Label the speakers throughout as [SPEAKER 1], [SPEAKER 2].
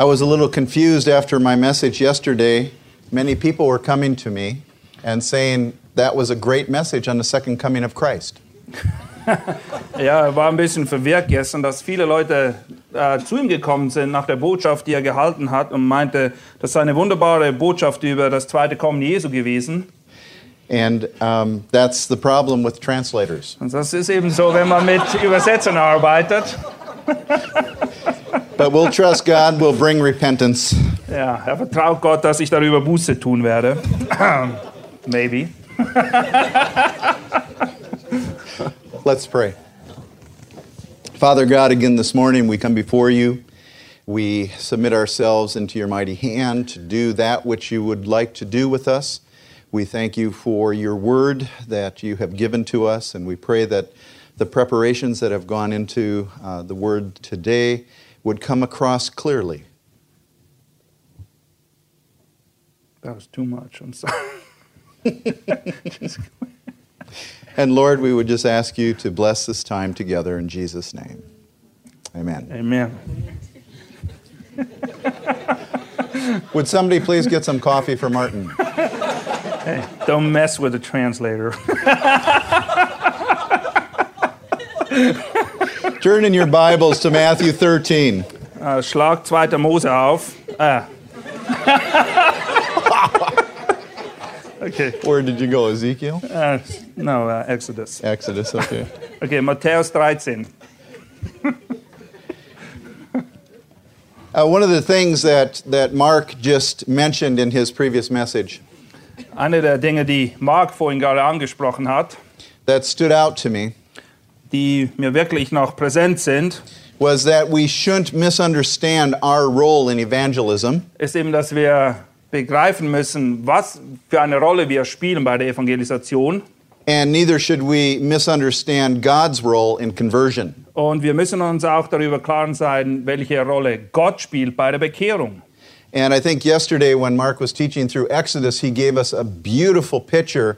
[SPEAKER 1] I was a little confused after my message yesterday. Many people were coming to me and saying that was a great message on the second coming of Christ.
[SPEAKER 2] Ja, er war ein bisschen verwirrt gestern, dass viele Leute äh, zu ihm gekommen sind nach der Botschaft, die er gehalten hat und meinte, das sei eine wunderbare Botschaft über das zweite Kommen Jesu gewesen.
[SPEAKER 1] And um, that's the problem with translators.
[SPEAKER 2] Und das ist eben so, wenn man mit Übersetzern arbeitet.
[SPEAKER 1] But we'll trust God, we'll bring repentance.
[SPEAKER 2] Ja, er vertraut Gott, dass ich darüber Buße tun werde. Maybe.
[SPEAKER 1] Let's pray. Father God, again this morning we come before you. We submit ourselves into your mighty hand to do that which you would like to do with us. We thank you for your word that you have given to us, and we pray that the preparations that have gone into uh, the word today would come across clearly.
[SPEAKER 2] That was too much, I'm sorry.
[SPEAKER 1] And Lord, we would just ask you to bless this time together in Jesus' name. Amen.
[SPEAKER 2] Amen.
[SPEAKER 1] Would somebody please get some coffee for Martin?
[SPEAKER 2] Don't mess with the translator.
[SPEAKER 1] Turn in your Bibles to Matthew 13.
[SPEAKER 2] Äh, Schlag 2. Mose auf. Ah. okay,
[SPEAKER 1] Where did you go, Ezekiel?
[SPEAKER 2] äh, no, äh, Exodus.
[SPEAKER 1] Exodus, okay.
[SPEAKER 2] Okay, Matthäus 13.
[SPEAKER 1] Uh, one of the things that, that Mark just mentioned in his previous message
[SPEAKER 2] Eine der Dinge, die Mark vorhin gerade angesprochen hat,
[SPEAKER 1] that stood out to me
[SPEAKER 2] die mir wirklich noch präsent sind,
[SPEAKER 1] was that we shouldn't misunderstand our role in evangelism
[SPEAKER 2] ist eben, dass wir begreifen müssen, was für eine Rolle wir spielen bei der Evangelisation.
[SPEAKER 1] and neither should we misunderstand God's role in conversion.
[SPEAKER 2] Und wir müssen uns auch darüber klar sein, welche Rolle Gott spielt bei der Bekehrung.
[SPEAKER 1] And I think yesterday when Mark was teaching through Exodus, he gave us a beautiful picture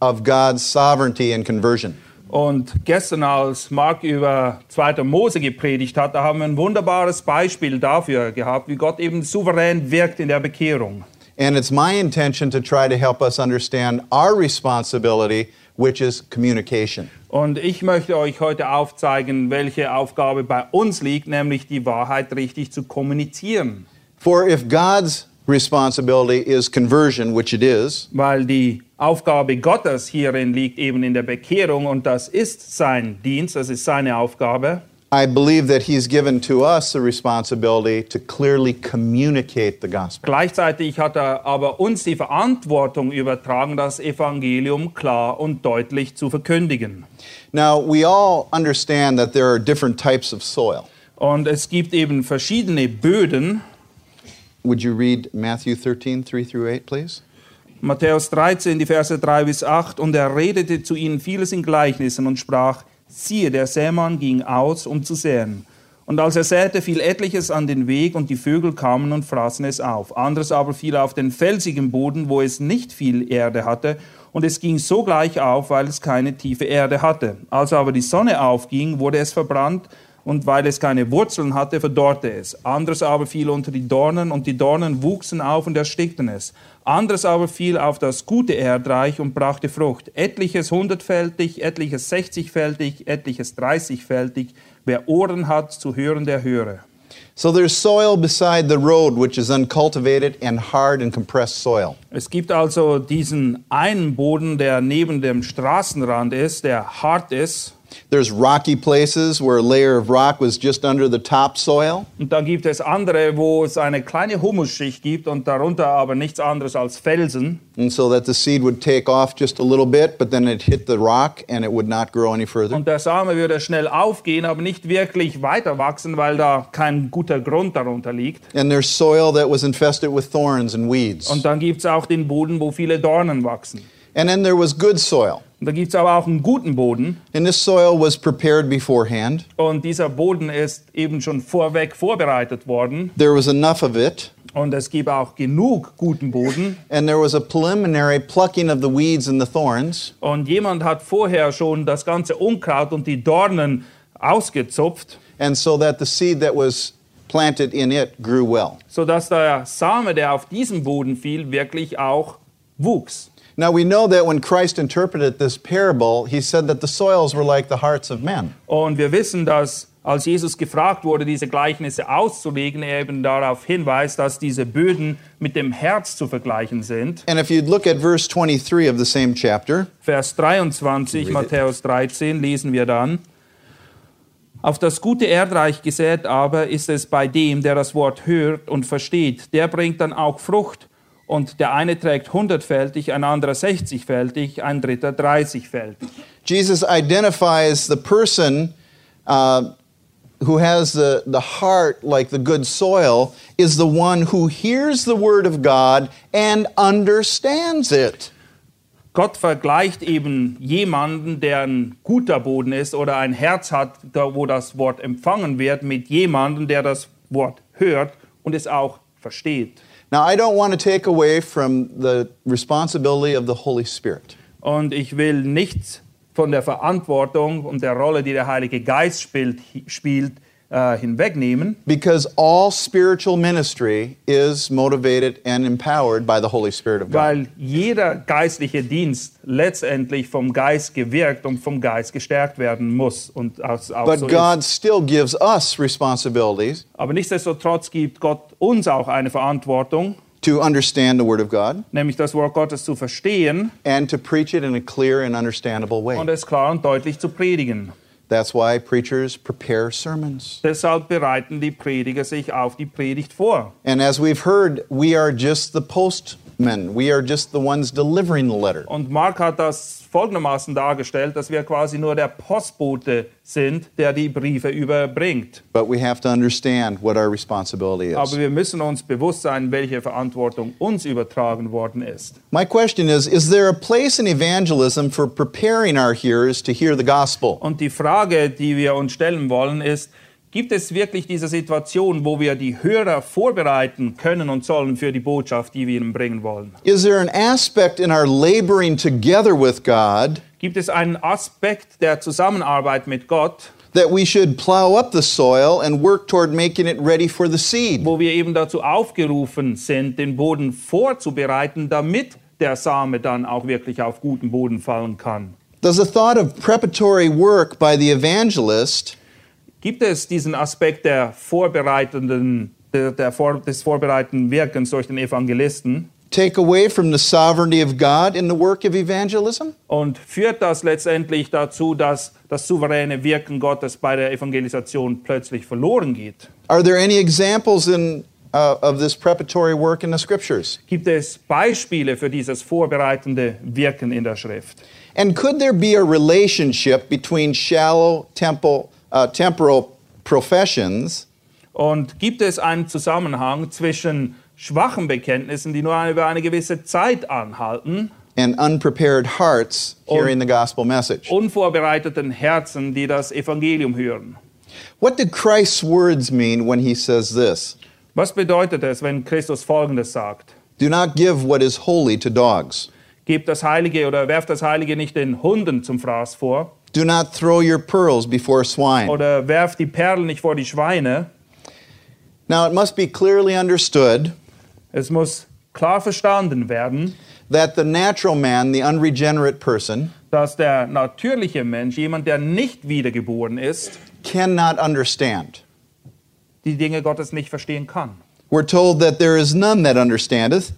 [SPEAKER 1] of God's sovereignty and conversion.
[SPEAKER 2] Und gestern, als Mark über 2. Mose gepredigt hat, da haben wir ein wunderbares Beispiel dafür gehabt, wie Gott eben souverän wirkt in der Bekehrung.
[SPEAKER 1] And it's my intention to try to help us understand our responsibility, which is communication.
[SPEAKER 2] Und ich möchte euch heute aufzeigen, welche Aufgabe bei uns liegt, nämlich die Wahrheit richtig zu kommunizieren.
[SPEAKER 1] For if God's responsibility is conversion, which it is,
[SPEAKER 2] Weil die Aufgabe Gottes hierin liegt, eben in der Bekehrung. Und das ist sein Dienst, das ist seine Aufgabe.
[SPEAKER 1] I believe that He's given to us the responsibility to clearly communicate the gospel.
[SPEAKER 2] Gleichzeitig hat er aber uns die Verantwortung übertragen, das Evangelium klar und deutlich zu verkündigen.
[SPEAKER 1] Now, we all understand that there are different types of soil.
[SPEAKER 2] Und es gibt eben verschiedene Böden.
[SPEAKER 1] Would you read Matthew 13, 3 through 8, please?
[SPEAKER 2] Matthäus 13, die Verse 3 bis 8. Und er redete zu ihnen vieles in Gleichnissen und sprach: Siehe, der Sämann ging aus, um zu säen. Und als er säte, fiel etliches an den Weg, und die Vögel kamen und fraßen es auf. Anderes aber fiel auf den felsigen Boden, wo es nicht viel Erde hatte. Und es ging sogleich auf, weil es keine tiefe Erde hatte. Als aber die Sonne aufging, wurde es verbrannt, und weil es keine Wurzeln hatte, verdorrte es. Anderes aber fiel unter die Dornen, und die Dornen wuchsen auf und erstickten es. Anderes aber fiel auf das gute Erdreich und brachte Frucht. Etliches hundertfältig, etliches sechzigfältig, etliches dreißigfältig. Wer Ohren hat zu hören, der höre.
[SPEAKER 1] So there's soil beside the road, which is uncultivated and hard and compressed soil.
[SPEAKER 2] Es gibt also diesen einen Boden, der neben dem Straßenrand ist, der hart ist.
[SPEAKER 1] There's rocky places where a layer of rock was just under the topsoil.
[SPEAKER 2] Und dann gibt es andere, wo es eine kleine Humusschicht gibt und darunter aber nichts anderes als Felsen.
[SPEAKER 1] And so that the seed would take off just a little bit, but then it hit the rock and it would not grow any further.
[SPEAKER 2] Und der Same würde schnell aufgehen, aber nicht wirklich weiter wachsen, weil da kein guter Grund darunter liegt.
[SPEAKER 1] And there's soil that was infested with thorns and weeds.
[SPEAKER 2] Und dann gibt es auch den Boden, wo viele Dornen wachsen.
[SPEAKER 1] And then there was good soil.
[SPEAKER 2] Und da gibt es aber auch einen guten Boden.
[SPEAKER 1] And this soil was prepared beforehand.
[SPEAKER 2] Und dieser Boden ist eben schon vorweg vorbereitet worden.
[SPEAKER 1] There was enough of it.
[SPEAKER 2] Und es gibt auch genug guten Boden.
[SPEAKER 1] And there was a preliminary plucking of the weeds and the thorns.
[SPEAKER 2] Und jemand hat vorher schon das ganze Unkraut und die Dornen ausgezupft,
[SPEAKER 1] And so that the seed that was planted in it grew well.
[SPEAKER 2] sodass der Same, der auf diesem Boden fiel, wirklich auch wuchs.
[SPEAKER 1] Now we know that when Christ interpreted this parable, he said that the soils were like the hearts of men.
[SPEAKER 2] Und wir wissen, dass als Jesus gefragt wurde, diese Gleichnisse auszulegen, er eben darauf hinweist, dass diese Böden mit dem Herz zu vergleichen sind.
[SPEAKER 1] And if you'd look at verse 23 of the same chapter,
[SPEAKER 2] Vers 23, Matthäus 13, lesen wir dann. Auf das gute Erdreich gesät aber ist es bei dem, der das Wort hört und versteht. Der bringt dann auch Frucht. Und der eine trägt hundertfältig, ein anderer sechzigfältig, ein dritter dreißigfältig.
[SPEAKER 1] Jesus identifies the person uh, who has the, the heart like the good soil is the one who hears the word of God and understands it.
[SPEAKER 2] Gott vergleicht eben jemanden, der ein guter Boden ist oder ein Herz hat, da wo das Wort empfangen wird, mit jemandem, der das Wort hört und es auch versteht.
[SPEAKER 1] Now, I don't want to take away from the responsibility of the Holy Spirit.
[SPEAKER 2] Und ich will nichts von der Verantwortung und der Rolle, die der Heilige Geist spielt, spielt äh, hinwegnehmen,
[SPEAKER 1] Because all spiritual ministry is motivated and empowered by the Holy Spirit of God.
[SPEAKER 2] weil jeder geistliche Dienst letztendlich vom Geist gewirkt und vom Geist gestärkt werden muss und auch, auch so
[SPEAKER 1] But
[SPEAKER 2] ist.
[SPEAKER 1] God still gives us responsibilities
[SPEAKER 2] Aber nichtsdestotrotz gibt Gott uns auch eine Verantwortung,
[SPEAKER 1] to understand the Word of God
[SPEAKER 2] nämlich das Wort Gottes zu verstehen
[SPEAKER 1] and to preach it in a clear and understandable
[SPEAKER 2] und
[SPEAKER 1] way.
[SPEAKER 2] es klar und deutlich zu predigen.
[SPEAKER 1] That's why preachers prepare sermons.
[SPEAKER 2] Deshalb bereiten die Prediger sich auf die Predigt vor.
[SPEAKER 1] And as we've heard, we are just the postmen, we are just the ones delivering the letter.
[SPEAKER 2] Und Mark hat das folgendermaßen dargestellt, dass wir quasi nur der Postbote sind, der die Briefe überbringt.
[SPEAKER 1] But we have to understand what our responsibility
[SPEAKER 2] Aber
[SPEAKER 1] is.
[SPEAKER 2] wir müssen uns bewusst sein, welche Verantwortung uns übertragen worden ist.
[SPEAKER 1] My question is Is there a place in evangelism for preparing our hearers to hear the gospel?
[SPEAKER 2] Und die Frage, die wir uns stellen wollen, ist, gibt es wirklich diese Situation, wo wir die Hörer vorbereiten können und sollen für die Botschaft, die wir ihnen bringen wollen?
[SPEAKER 1] Is there an aspect in our laboring together with God
[SPEAKER 2] Gibt es einen Aspekt der Zusammenarbeit mit Gott,
[SPEAKER 1] that we should plow up the soil and work toward making it ready for the seed?
[SPEAKER 2] wo wir eben dazu aufgerufen sind, den Boden vorzubereiten, damit der Same dann auch wirklich auf guten Boden fallen kann.
[SPEAKER 1] Does the thought of preparatory work by the evangelist
[SPEAKER 2] Gibt es diesen Aspekt der vorbereitenden, der, der vor, des vorbereitenden Wirkens durch den Evangelisten?
[SPEAKER 1] take away from the sovereignty of God in the work of evangelism?
[SPEAKER 2] Und führt das letztendlich dazu, dass das souveräne Wirken Gottes bei der Evangelisation plötzlich verloren geht?
[SPEAKER 1] Are there any examples in, uh, of this preparatory work in the scriptures?
[SPEAKER 2] Gibt es Beispiele für dieses vorbereitende Wirken in der Schrift?
[SPEAKER 1] And could there be a relationship between shallow temple, uh, temporal professions
[SPEAKER 2] Und gibt es einen Zusammenhang zwischen schwachen Bekenntnissen, die nur über eine gewisse Zeit anhalten,
[SPEAKER 1] and unprepared hearts hearing the gospel message?
[SPEAKER 2] unvorbereiteten Herzen, die das Evangelium hören?
[SPEAKER 1] What do Christ's words mean when he says this?
[SPEAKER 2] Was bedeutet es, wenn Christus Folgendes sagt?
[SPEAKER 1] Do not give what is holy to dogs.
[SPEAKER 2] Gebt das Heilige oder werft das Heilige nicht den Hunden zum Fraß vor
[SPEAKER 1] Do not throw your pearls before swine.
[SPEAKER 2] oder werft die Perlen nicht vor die Schweine.
[SPEAKER 1] Now, it must be clearly understood
[SPEAKER 2] Es muss klar verstanden werden,
[SPEAKER 1] that the natural man, the unregenerate person,
[SPEAKER 2] dass der natürliche Mensch, jemand, der nicht wiedergeboren ist,
[SPEAKER 1] cannot understand.
[SPEAKER 2] die Dinge Gottes nicht verstehen kann.
[SPEAKER 1] We're told that there is none that understandeth,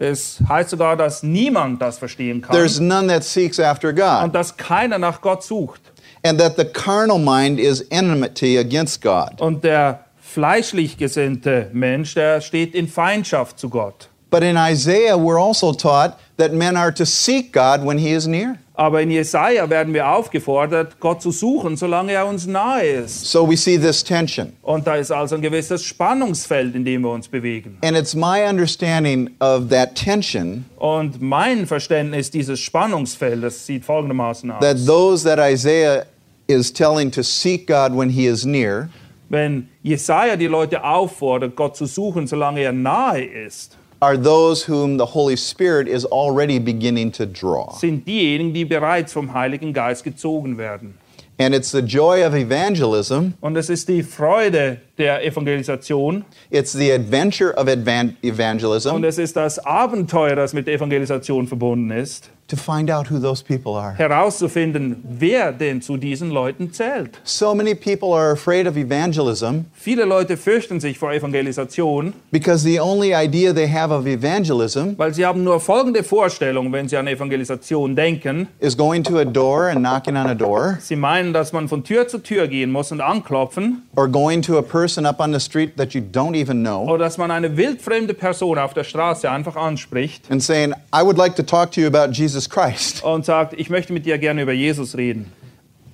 [SPEAKER 2] Es heißt sogar, dass niemand das verstehen kann
[SPEAKER 1] there's none that seeks after
[SPEAKER 2] und
[SPEAKER 1] God.
[SPEAKER 2] dass keiner nach Gott sucht.
[SPEAKER 1] and that the carnal mind is enmity against God.
[SPEAKER 2] Und der fleischlich gesinnte Mensch, der steht in Feindschaft zu Gott.
[SPEAKER 1] But in Isaiah, we're also taught that men are to seek God when he is near.
[SPEAKER 2] Aber in Jesaja werden wir aufgefordert, Gott zu suchen, solange er uns nahe ist.
[SPEAKER 1] So we see this tension.
[SPEAKER 2] Und da ist also ein gewisses Spannungsfeld, in dem wir uns bewegen.
[SPEAKER 1] And it's my understanding of that tension
[SPEAKER 2] Und mein Verständnis dieses Spannungsfeldes sieht folgendermaßen aus.
[SPEAKER 1] that those that Isaiah is telling to seek God when he is near
[SPEAKER 2] Wenn Jesaja die Leute auffordert, Gott zu suchen, solange er nahe ist,
[SPEAKER 1] are those whom the Holy Spirit is already beginning to draw.
[SPEAKER 2] sind diejenigen, die bereits vom Heiligen Geist gezogen werden.
[SPEAKER 1] And it's the joy of evangelism,
[SPEAKER 2] Und es ist die Freude der Evangelisation
[SPEAKER 1] it's the adventure of advan-
[SPEAKER 2] und
[SPEAKER 1] evangelism
[SPEAKER 2] es ist das Abenteuer, das mit der Evangelisation verbunden ist,
[SPEAKER 1] to find out who those people are.
[SPEAKER 2] herauszufinden, wer denn zu diesen Leuten zählt.
[SPEAKER 1] So many people are afraid of evangelism
[SPEAKER 2] Viele Leute fürchten sich vor Evangelisation,
[SPEAKER 1] because the only idea they have of evangelism
[SPEAKER 2] weil sie haben nur folgende Vorstellung, wenn sie an Evangelisation denken.
[SPEAKER 1] is going to a door and knocking on a door,
[SPEAKER 2] Sie meinen, dass man von Tür zu Tür gehen muss und anklopfen
[SPEAKER 1] or going to a person up on the street that you don't even know
[SPEAKER 2] oder dass man eine wildfremde Person auf der Straße einfach anspricht
[SPEAKER 1] and saying, I would like to talk to you about Jesus Christ.
[SPEAKER 2] und sagt, ich möchte mit dir gerne über Jesus reden.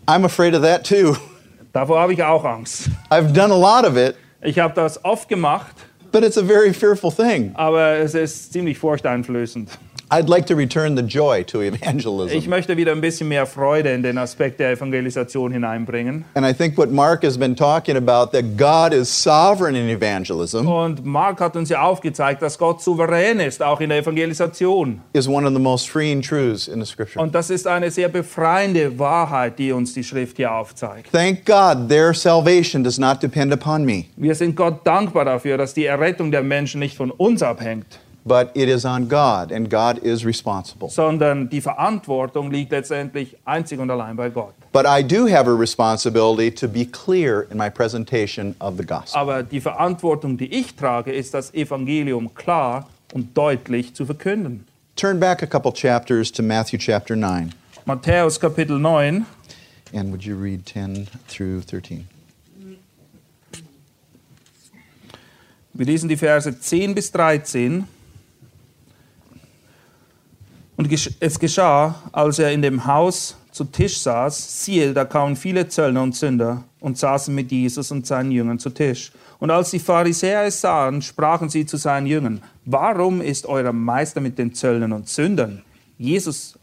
[SPEAKER 1] I'm afraid of that too.
[SPEAKER 2] Davor habe ich auch Angst.
[SPEAKER 1] I've done a lot of it,
[SPEAKER 2] Ich habe das oft gemacht.
[SPEAKER 1] but it's a very fearful thing.
[SPEAKER 2] aber es ist ziemlich furchteinflößend.
[SPEAKER 1] I'd like to return the joy to
[SPEAKER 2] Ich
[SPEAKER 1] evangelism.
[SPEAKER 2] möchte wieder ein bisschen mehr Freude in den Aspekt der Evangelisation hineinbringen.
[SPEAKER 1] And I think what Mark has been talking about, that God is sovereign in evangelism,
[SPEAKER 2] Und Mark hat uns ja aufgezeigt, dass Gott souverän ist, auch in der Evangelisation.
[SPEAKER 1] is one of the most freeing truths in the scripture.
[SPEAKER 2] Und das ist eine sehr befreiende Wahrheit, die uns die Schrift hier aufzeigt.
[SPEAKER 1] Thank God their salvation does not depend upon me,
[SPEAKER 2] Wir sind Gott dankbar dafür, dass die Errettung der Menschen nicht von uns abhängt,
[SPEAKER 1] but it is on God, and God is responsible.
[SPEAKER 2] sondern die Verantwortung liegt letztendlich einzig und allein bei Gott.
[SPEAKER 1] But I do have a responsibility to be clear in my presentation of the gospel.
[SPEAKER 2] Aber die Verantwortung, die ich trage, ist, das Evangelium klar und deutlich zu verkünden.
[SPEAKER 1] Turn back a couple chapters to Matthew chapter 9,
[SPEAKER 2] Matthäus Kapitel 9
[SPEAKER 1] and would you read 10 through 13?
[SPEAKER 2] Wir lesen die Verse 10 bis 13. Und gesch- es geschah, als er in dem Haus zu Tisch saß, siehe, da kamen viele Zöllner und Sünder und saßen mit Jesus und seinen Jüngern zu Tisch. Und als die Pharisäer es sahen, sprachen sie zu seinen Jüngern, warum ist euer Meister mit den Zöllnern und Sündern? Jesus,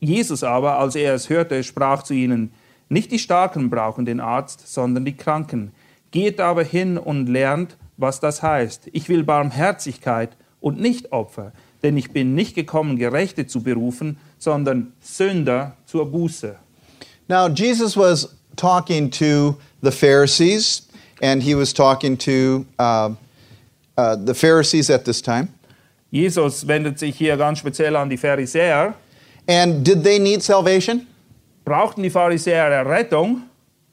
[SPEAKER 2] Jesus aber, als er es hörte, sprach zu ihnen, nicht die Starken brauchen den Arzt, sondern die Kranken. Geht aber hin und lernt, was das heißt. Ich will Barmherzigkeit und nicht Opfer, denn ich bin nicht gekommen, Gerechte zu berufen, sondern Sünder zur Buße.
[SPEAKER 1] Now, Jesus was talking to the Pharisees, and he was talking to uh, uh, the Pharisees at this time.
[SPEAKER 2] Jesus wendet sich hier ganz speziell an die Pharisäer.
[SPEAKER 1] And did they need salvation?
[SPEAKER 2] Brauchten die Pharisäer Errettung?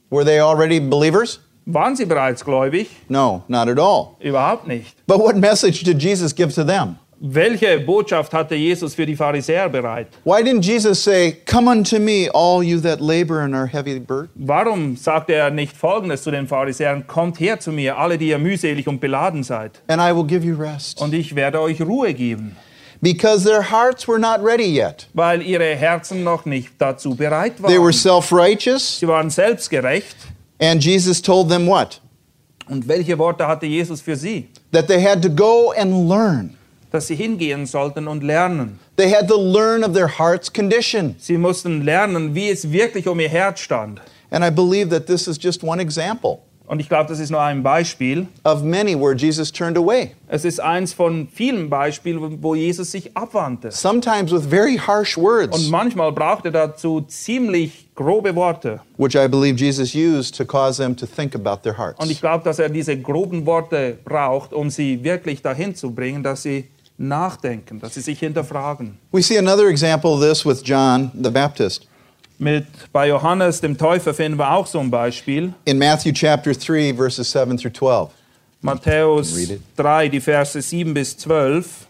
[SPEAKER 1] Were they already believers?
[SPEAKER 2] Waren sie bereits gläubig?
[SPEAKER 1] No, not at all.
[SPEAKER 2] Überhaupt nicht.
[SPEAKER 1] But what message did Jesus give to them?
[SPEAKER 2] Welche Botschaft hatte Jesus für die Pharisäer bereit?
[SPEAKER 1] Why didn't Jesus say, Come unto me, all you that labor and are heavy burdened?
[SPEAKER 2] Warum sagte er nicht Folgendes zu den Pharisäern? Kommt her zu mir, alle, die ihr mühselig und beladen seid,
[SPEAKER 1] And I will give you rest.
[SPEAKER 2] und ich werde euch Ruhe geben,
[SPEAKER 1] Because their hearts were not ready yet.
[SPEAKER 2] weil ihre Herzen noch nicht dazu bereit
[SPEAKER 1] They were
[SPEAKER 2] waren.
[SPEAKER 1] self righteous.
[SPEAKER 2] Sie waren selbstgerecht.
[SPEAKER 1] And Jesus told them what?
[SPEAKER 2] Und welche Worte hatte Jesus für sie?
[SPEAKER 1] That they had to go and learn.
[SPEAKER 2] Dass sie hingehen sollten und lernen.
[SPEAKER 1] They had to learn of their heart's condition.
[SPEAKER 2] Sie mussten lernen, wie es wirklich um ihr Herz stand.
[SPEAKER 1] And I believe that this is just one example
[SPEAKER 2] Und ich glaube, das ist nur ein Beispiel.
[SPEAKER 1] of many where Jesus turned away,
[SPEAKER 2] Es ist eins von vielen Beispielen, wo Jesus sich abwandte.
[SPEAKER 1] sometimes with very harsh
[SPEAKER 2] Und
[SPEAKER 1] words,
[SPEAKER 2] manchmal braucht er dazu ziemlich grobe Worte.
[SPEAKER 1] which I believe Jesus used to cause them to think about their
[SPEAKER 2] Und
[SPEAKER 1] hearts.
[SPEAKER 2] ich glaube, dass er diese groben Worte braucht, um sie wirklich dahin zu bringen, dass sie nachdenken, dass sie sich hinterfragen.
[SPEAKER 1] We see another example of this with John the Baptist.
[SPEAKER 2] Mit bei Johannes dem Täufer finden wir auch so ein Beispiel.
[SPEAKER 1] In Matthew chapter 3, verses 7 through 12.
[SPEAKER 2] Matthäus
[SPEAKER 1] Read it.
[SPEAKER 2] 3, die Verse 7 bis 12.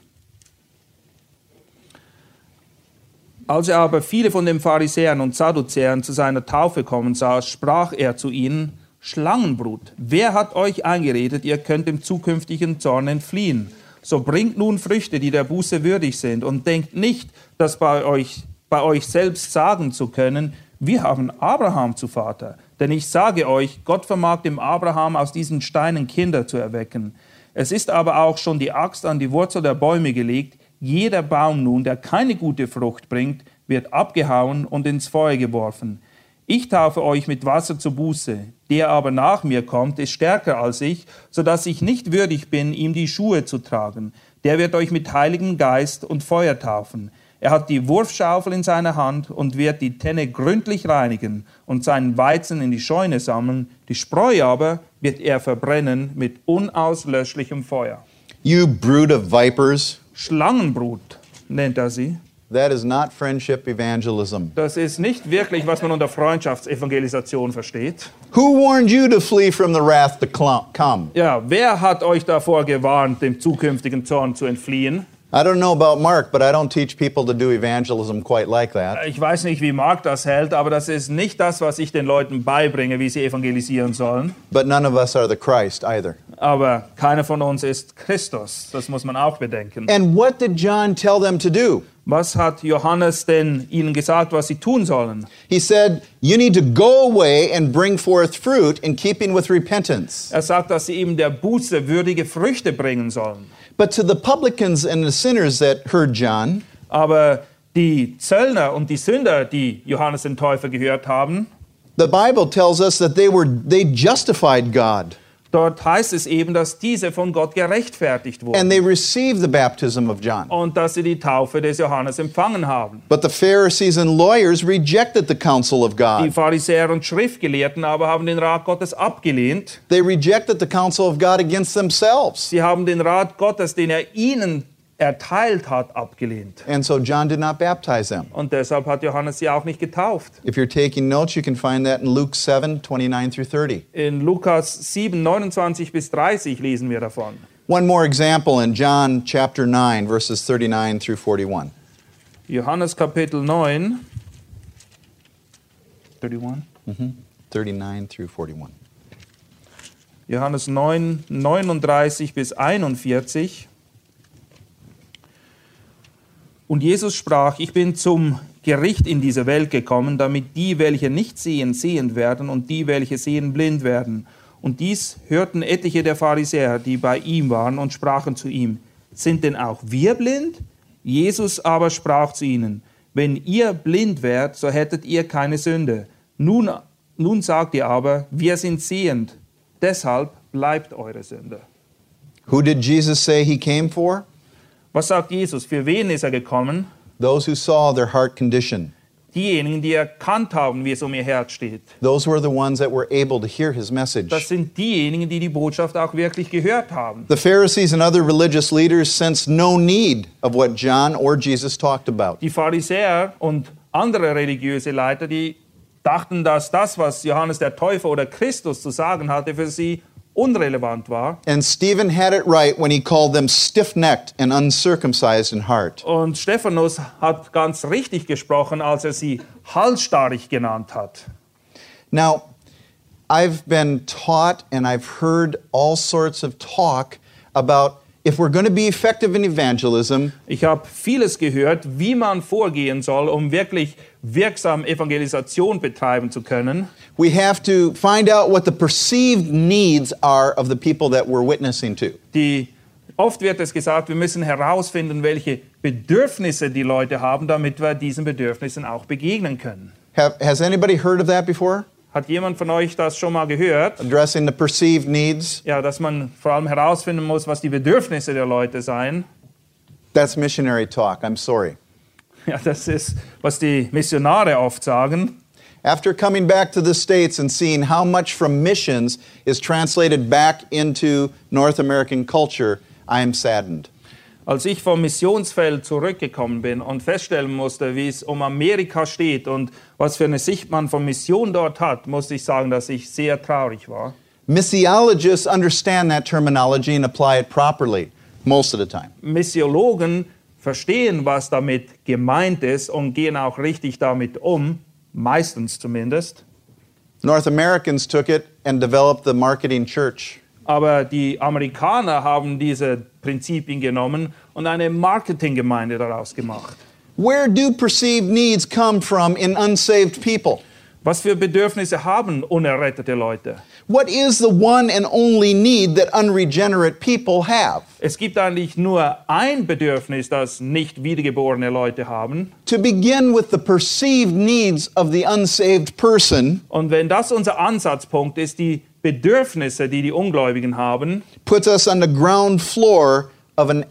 [SPEAKER 2] Als er aber viele von den Pharisäern und Sadduzäern zu seiner Taufe kommen sah, sprach er zu ihnen, Schlangenbrut, wer hat euch eingeredet, ihr könnt dem zukünftigen Zorn entfliehen? So bringt nun Früchte, die der Buße würdig sind, und denkt nicht, dass bei euch, bei euch selbst sagen zu können, wir haben Abraham zu Vater. Denn ich sage euch, Gott vermag dem Abraham aus diesen Steinen Kinder zu erwecken. Es ist aber auch schon die Axt an die Wurzel der Bäume gelegt. Jeder Baum nun, der keine gute Frucht bringt, wird abgehauen und ins Feuer geworfen. Ich taufe euch mit Wasser zur Buße. Der aber nach mir kommt, ist stärker als ich, so dass ich nicht würdig bin, ihm die Schuhe zu tragen. Der wird euch mit Heiligem Geist und Feuer taufen. Er hat die Wurfschaufel in seiner Hand und wird die Tenne gründlich reinigen und seinen Weizen in die Scheune sammeln. Die Spreu aber wird er verbrennen mit unauslöschlichem Feuer.
[SPEAKER 1] You brood of vipers,
[SPEAKER 2] Schlangenbrut nennt er sie.
[SPEAKER 1] that is not friendship evangelism.
[SPEAKER 2] Das ist nicht wirklich, was man unter Freundschaftsevangelisation versteht.
[SPEAKER 1] Who warned you to flee from the wrath to clump, come?
[SPEAKER 2] Ja, wer hat euch davor gewarnt, dem zukünftigen Zorn zu entfliehen?
[SPEAKER 1] I don't know about Mark, but I don't teach people to do evangelism quite like that.
[SPEAKER 2] Ich weiß nicht, wie Mark das hält, aber das ist nicht das, was ich den Leuten beibringe, wie sie evangelisieren sollen.
[SPEAKER 1] But none of us are the Christ either.
[SPEAKER 2] Aber keiner von uns ist Christus. Das muss man auch bedenken.
[SPEAKER 1] And what did John tell them to do?
[SPEAKER 2] Was hat Johannes denn ihnen gesagt, was sie tun sollen?
[SPEAKER 1] He said, You need to go away and bring forth fruit in keeping with repentance.
[SPEAKER 2] Er sagt, dass sie ihm der Buße würdige Früchte bringen sollen.
[SPEAKER 1] But to the publicans and the sinners that heard John,
[SPEAKER 2] Aber die Zöllner und die Sünder, die Johannes den Täufer gehört haben,
[SPEAKER 1] the Bible tells us that they were they justified God
[SPEAKER 2] dort heißt es eben, dass diese von Gott gerechtfertigt
[SPEAKER 1] and
[SPEAKER 2] wurden
[SPEAKER 1] they received the baptism of John.
[SPEAKER 2] und dass sie die Taufe des Johannes empfangen haben.
[SPEAKER 1] But the Pharisees and lawyers rejected the counsel of
[SPEAKER 2] Die
[SPEAKER 1] God.
[SPEAKER 2] Pharisäer und Schriftgelehrten aber haben den Rat Gottes abgelehnt.
[SPEAKER 1] They rejected the counsel of God against themselves.
[SPEAKER 2] Sie haben den Rat Gottes, den er ihnen erteilt hat, abgelehnt.
[SPEAKER 1] And so John did not baptize them.
[SPEAKER 2] Und deshalb hat Johannes sie auch nicht getauft.
[SPEAKER 1] If you're taking notes, you can find that in Luke 7 29 through 30.
[SPEAKER 2] In Lukas 7, 29 bis 30 lesen wir davon.
[SPEAKER 1] One more example in John chapter 9, verses 39 through 41.
[SPEAKER 2] Johannes Kapitel 9, 31.
[SPEAKER 1] 39 through 41.
[SPEAKER 2] Johannes 9, 39 bis 41. Und Jesus sprach, ich bin zum Gericht in diese Welt gekommen, damit die, welche nicht sehen, sehend werden und die, welche sehen, blind werden. Und dies hörten etliche der Pharisäer, die bei ihm waren, und sprachen zu ihm, sind denn auch wir blind? Jesus aber sprach zu ihnen, wenn ihr blind wärt, so hättet ihr keine Sünde. Nun, nun sagt ihr aber, wir sind sehend, deshalb bleibt eure Sünde.
[SPEAKER 1] Who did Jesus say he came for?
[SPEAKER 2] Was sagt Jesus? Für wen ist er gekommen?
[SPEAKER 1] Those who saw their heart condition.
[SPEAKER 2] Diejenigen, die erkannt haben, wie es um ihr Herz steht.
[SPEAKER 1] Those were the ones that were able to hear his message.
[SPEAKER 2] Das sind diejenigen, die die Botschaft auch wirklich gehört haben.
[SPEAKER 1] The Pharisees and other religious leaders sensed no need of what John or Jesus talked about.
[SPEAKER 2] Die Pharisäer und andere religiöse Leiter, die dachten, dass das, was Johannes der Täufer oder Christus zu sagen hatte, für sie unrelevant war.
[SPEAKER 1] And Stephen had it right when he called them stiff necked and uncircumcised in heart.
[SPEAKER 2] Und Stephanus hat ganz richtig gesprochen, als er sie halsstarrig genannt hat.
[SPEAKER 1] Now, I've been taught and I've heard all sorts of talk about if we're going to be effective in evangelism,
[SPEAKER 2] Ich habe vieles gehört, wie man vorgehen soll, um wirklich wirksam Evangelisation betreiben zu können.
[SPEAKER 1] we have to find out what the perceived needs are of the people that we're witnessing to.
[SPEAKER 2] Die, oft wird es gesagt, wir müssen herausfinden, welche Bedürfnisse die Leute haben, damit wir diesen Bedürfnissen auch begegnen können.
[SPEAKER 1] Have, has anybody heard of that before?
[SPEAKER 2] Hat jemand von euch das schon mal gehört?
[SPEAKER 1] Addressing the perceived needs?
[SPEAKER 2] Ja, dass man vor allem herausfinden muss, was die Bedürfnisse der Leute seien.
[SPEAKER 1] That's missionary talk, I'm sorry.
[SPEAKER 2] Ja, das ist, was die Missionare oft sagen.
[SPEAKER 1] After coming back to the States and seeing how much from missions is translated back into North American culture, I am saddened.
[SPEAKER 2] Als ich vom Missionsfeld zurückgekommen bin und feststellen musste, wie es um Amerika steht und was für eine Sicht man von Mission dort hat, musste ich sagen, dass ich sehr traurig war.
[SPEAKER 1] Missiologists understand that terminology and apply it properly most of the time.
[SPEAKER 2] Missiologen verstehen, was damit gemeint ist und gehen auch richtig damit um, meistens zumindest.
[SPEAKER 1] North Americans took it and developed the marketing church.
[SPEAKER 2] Aber die Amerikaner haben diese Prinzipien genommen und eine Marketinggemeinde daraus gemacht.
[SPEAKER 1] Where do perceived needs come from in unsaved people?
[SPEAKER 2] Was für Bedürfnisse haben unerrettete Leute?
[SPEAKER 1] What is the one and only need that unregenerate people have?
[SPEAKER 2] Es gibt eigentlich nur ein Bedürfnis, das nicht wiedergeborene Leute haben.
[SPEAKER 1] To begin with the perceived needs of the unsaved person
[SPEAKER 2] Und wenn das unser Ansatzpunkt ist, die Bedürfnisse, die die Ungläubigen haben,
[SPEAKER 1] puts us on the ground floor of an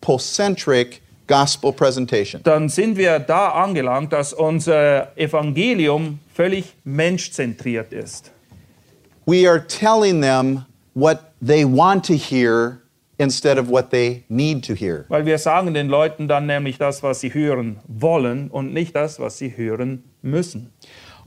[SPEAKER 1] anthropocentric gospel presentation.
[SPEAKER 2] dann sind wir da angelangt, dass unser Evangelium völlig menschzentriert ist.
[SPEAKER 1] We are telling them what they want to hear instead of what they need to hear.
[SPEAKER 2] Weil wir sagen den Leuten dann nämlich das, was sie hören wollen und nicht das, was sie hören müssen.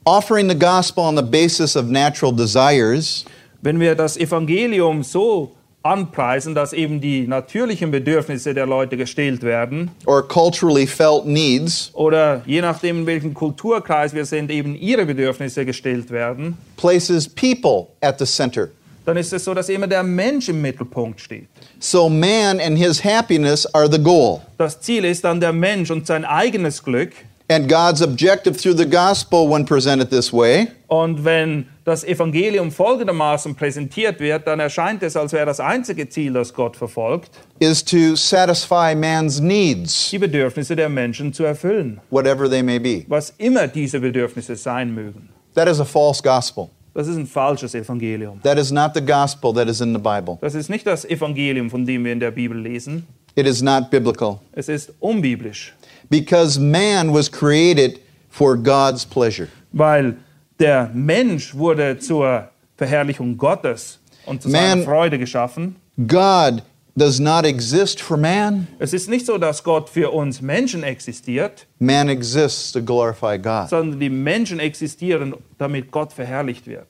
[SPEAKER 1] Offering the gospel on the basis of natural desires
[SPEAKER 2] Wenn wir das Evangelium so anpreisen, dass eben die natürlichen Bedürfnisse der Leute gestillt werden
[SPEAKER 1] or culturally felt needs
[SPEAKER 2] oder je nachdem, in welchem Kulturkreis wir sind, eben ihre Bedürfnisse gestillt werden,
[SPEAKER 1] places people at the center.
[SPEAKER 2] dann ist es so, dass immer der Mensch im Mittelpunkt steht.
[SPEAKER 1] So man and his happiness are the goal.
[SPEAKER 2] Das Ziel ist dann der Mensch und sein eigenes Glück.
[SPEAKER 1] And God's objective through the gospel, when presented this way,
[SPEAKER 2] Und wenn das Evangelium folgendermaßen präsentiert wird, dann erscheint es, als wäre das einzige Ziel, das Gott verfolgt,
[SPEAKER 1] is to satisfy man's needs,
[SPEAKER 2] die Bedürfnisse der Menschen zu erfüllen,
[SPEAKER 1] whatever they may be.
[SPEAKER 2] was immer diese Bedürfnisse sein mögen.
[SPEAKER 1] That is a false gospel.
[SPEAKER 2] Das ist ein falsches Evangelium.
[SPEAKER 1] That is not the gospel that is in the Bible.
[SPEAKER 2] Das ist nicht das Evangelium, von dem wir in der Bibel lesen.
[SPEAKER 1] It is not biblical
[SPEAKER 2] Es ist unbiblisch,
[SPEAKER 1] because man was created for God's pleasure.
[SPEAKER 2] weil der Mensch wurde zur Verherrlichung Gottes und zu seiner
[SPEAKER 1] Man-
[SPEAKER 2] Freude geschaffen.
[SPEAKER 1] God does not exist for man,
[SPEAKER 2] Es ist nicht so, dass Gott für uns Menschen existiert,
[SPEAKER 1] man exists to glorify God.
[SPEAKER 2] sondern die Menschen existieren, damit Gott verherrlicht wird.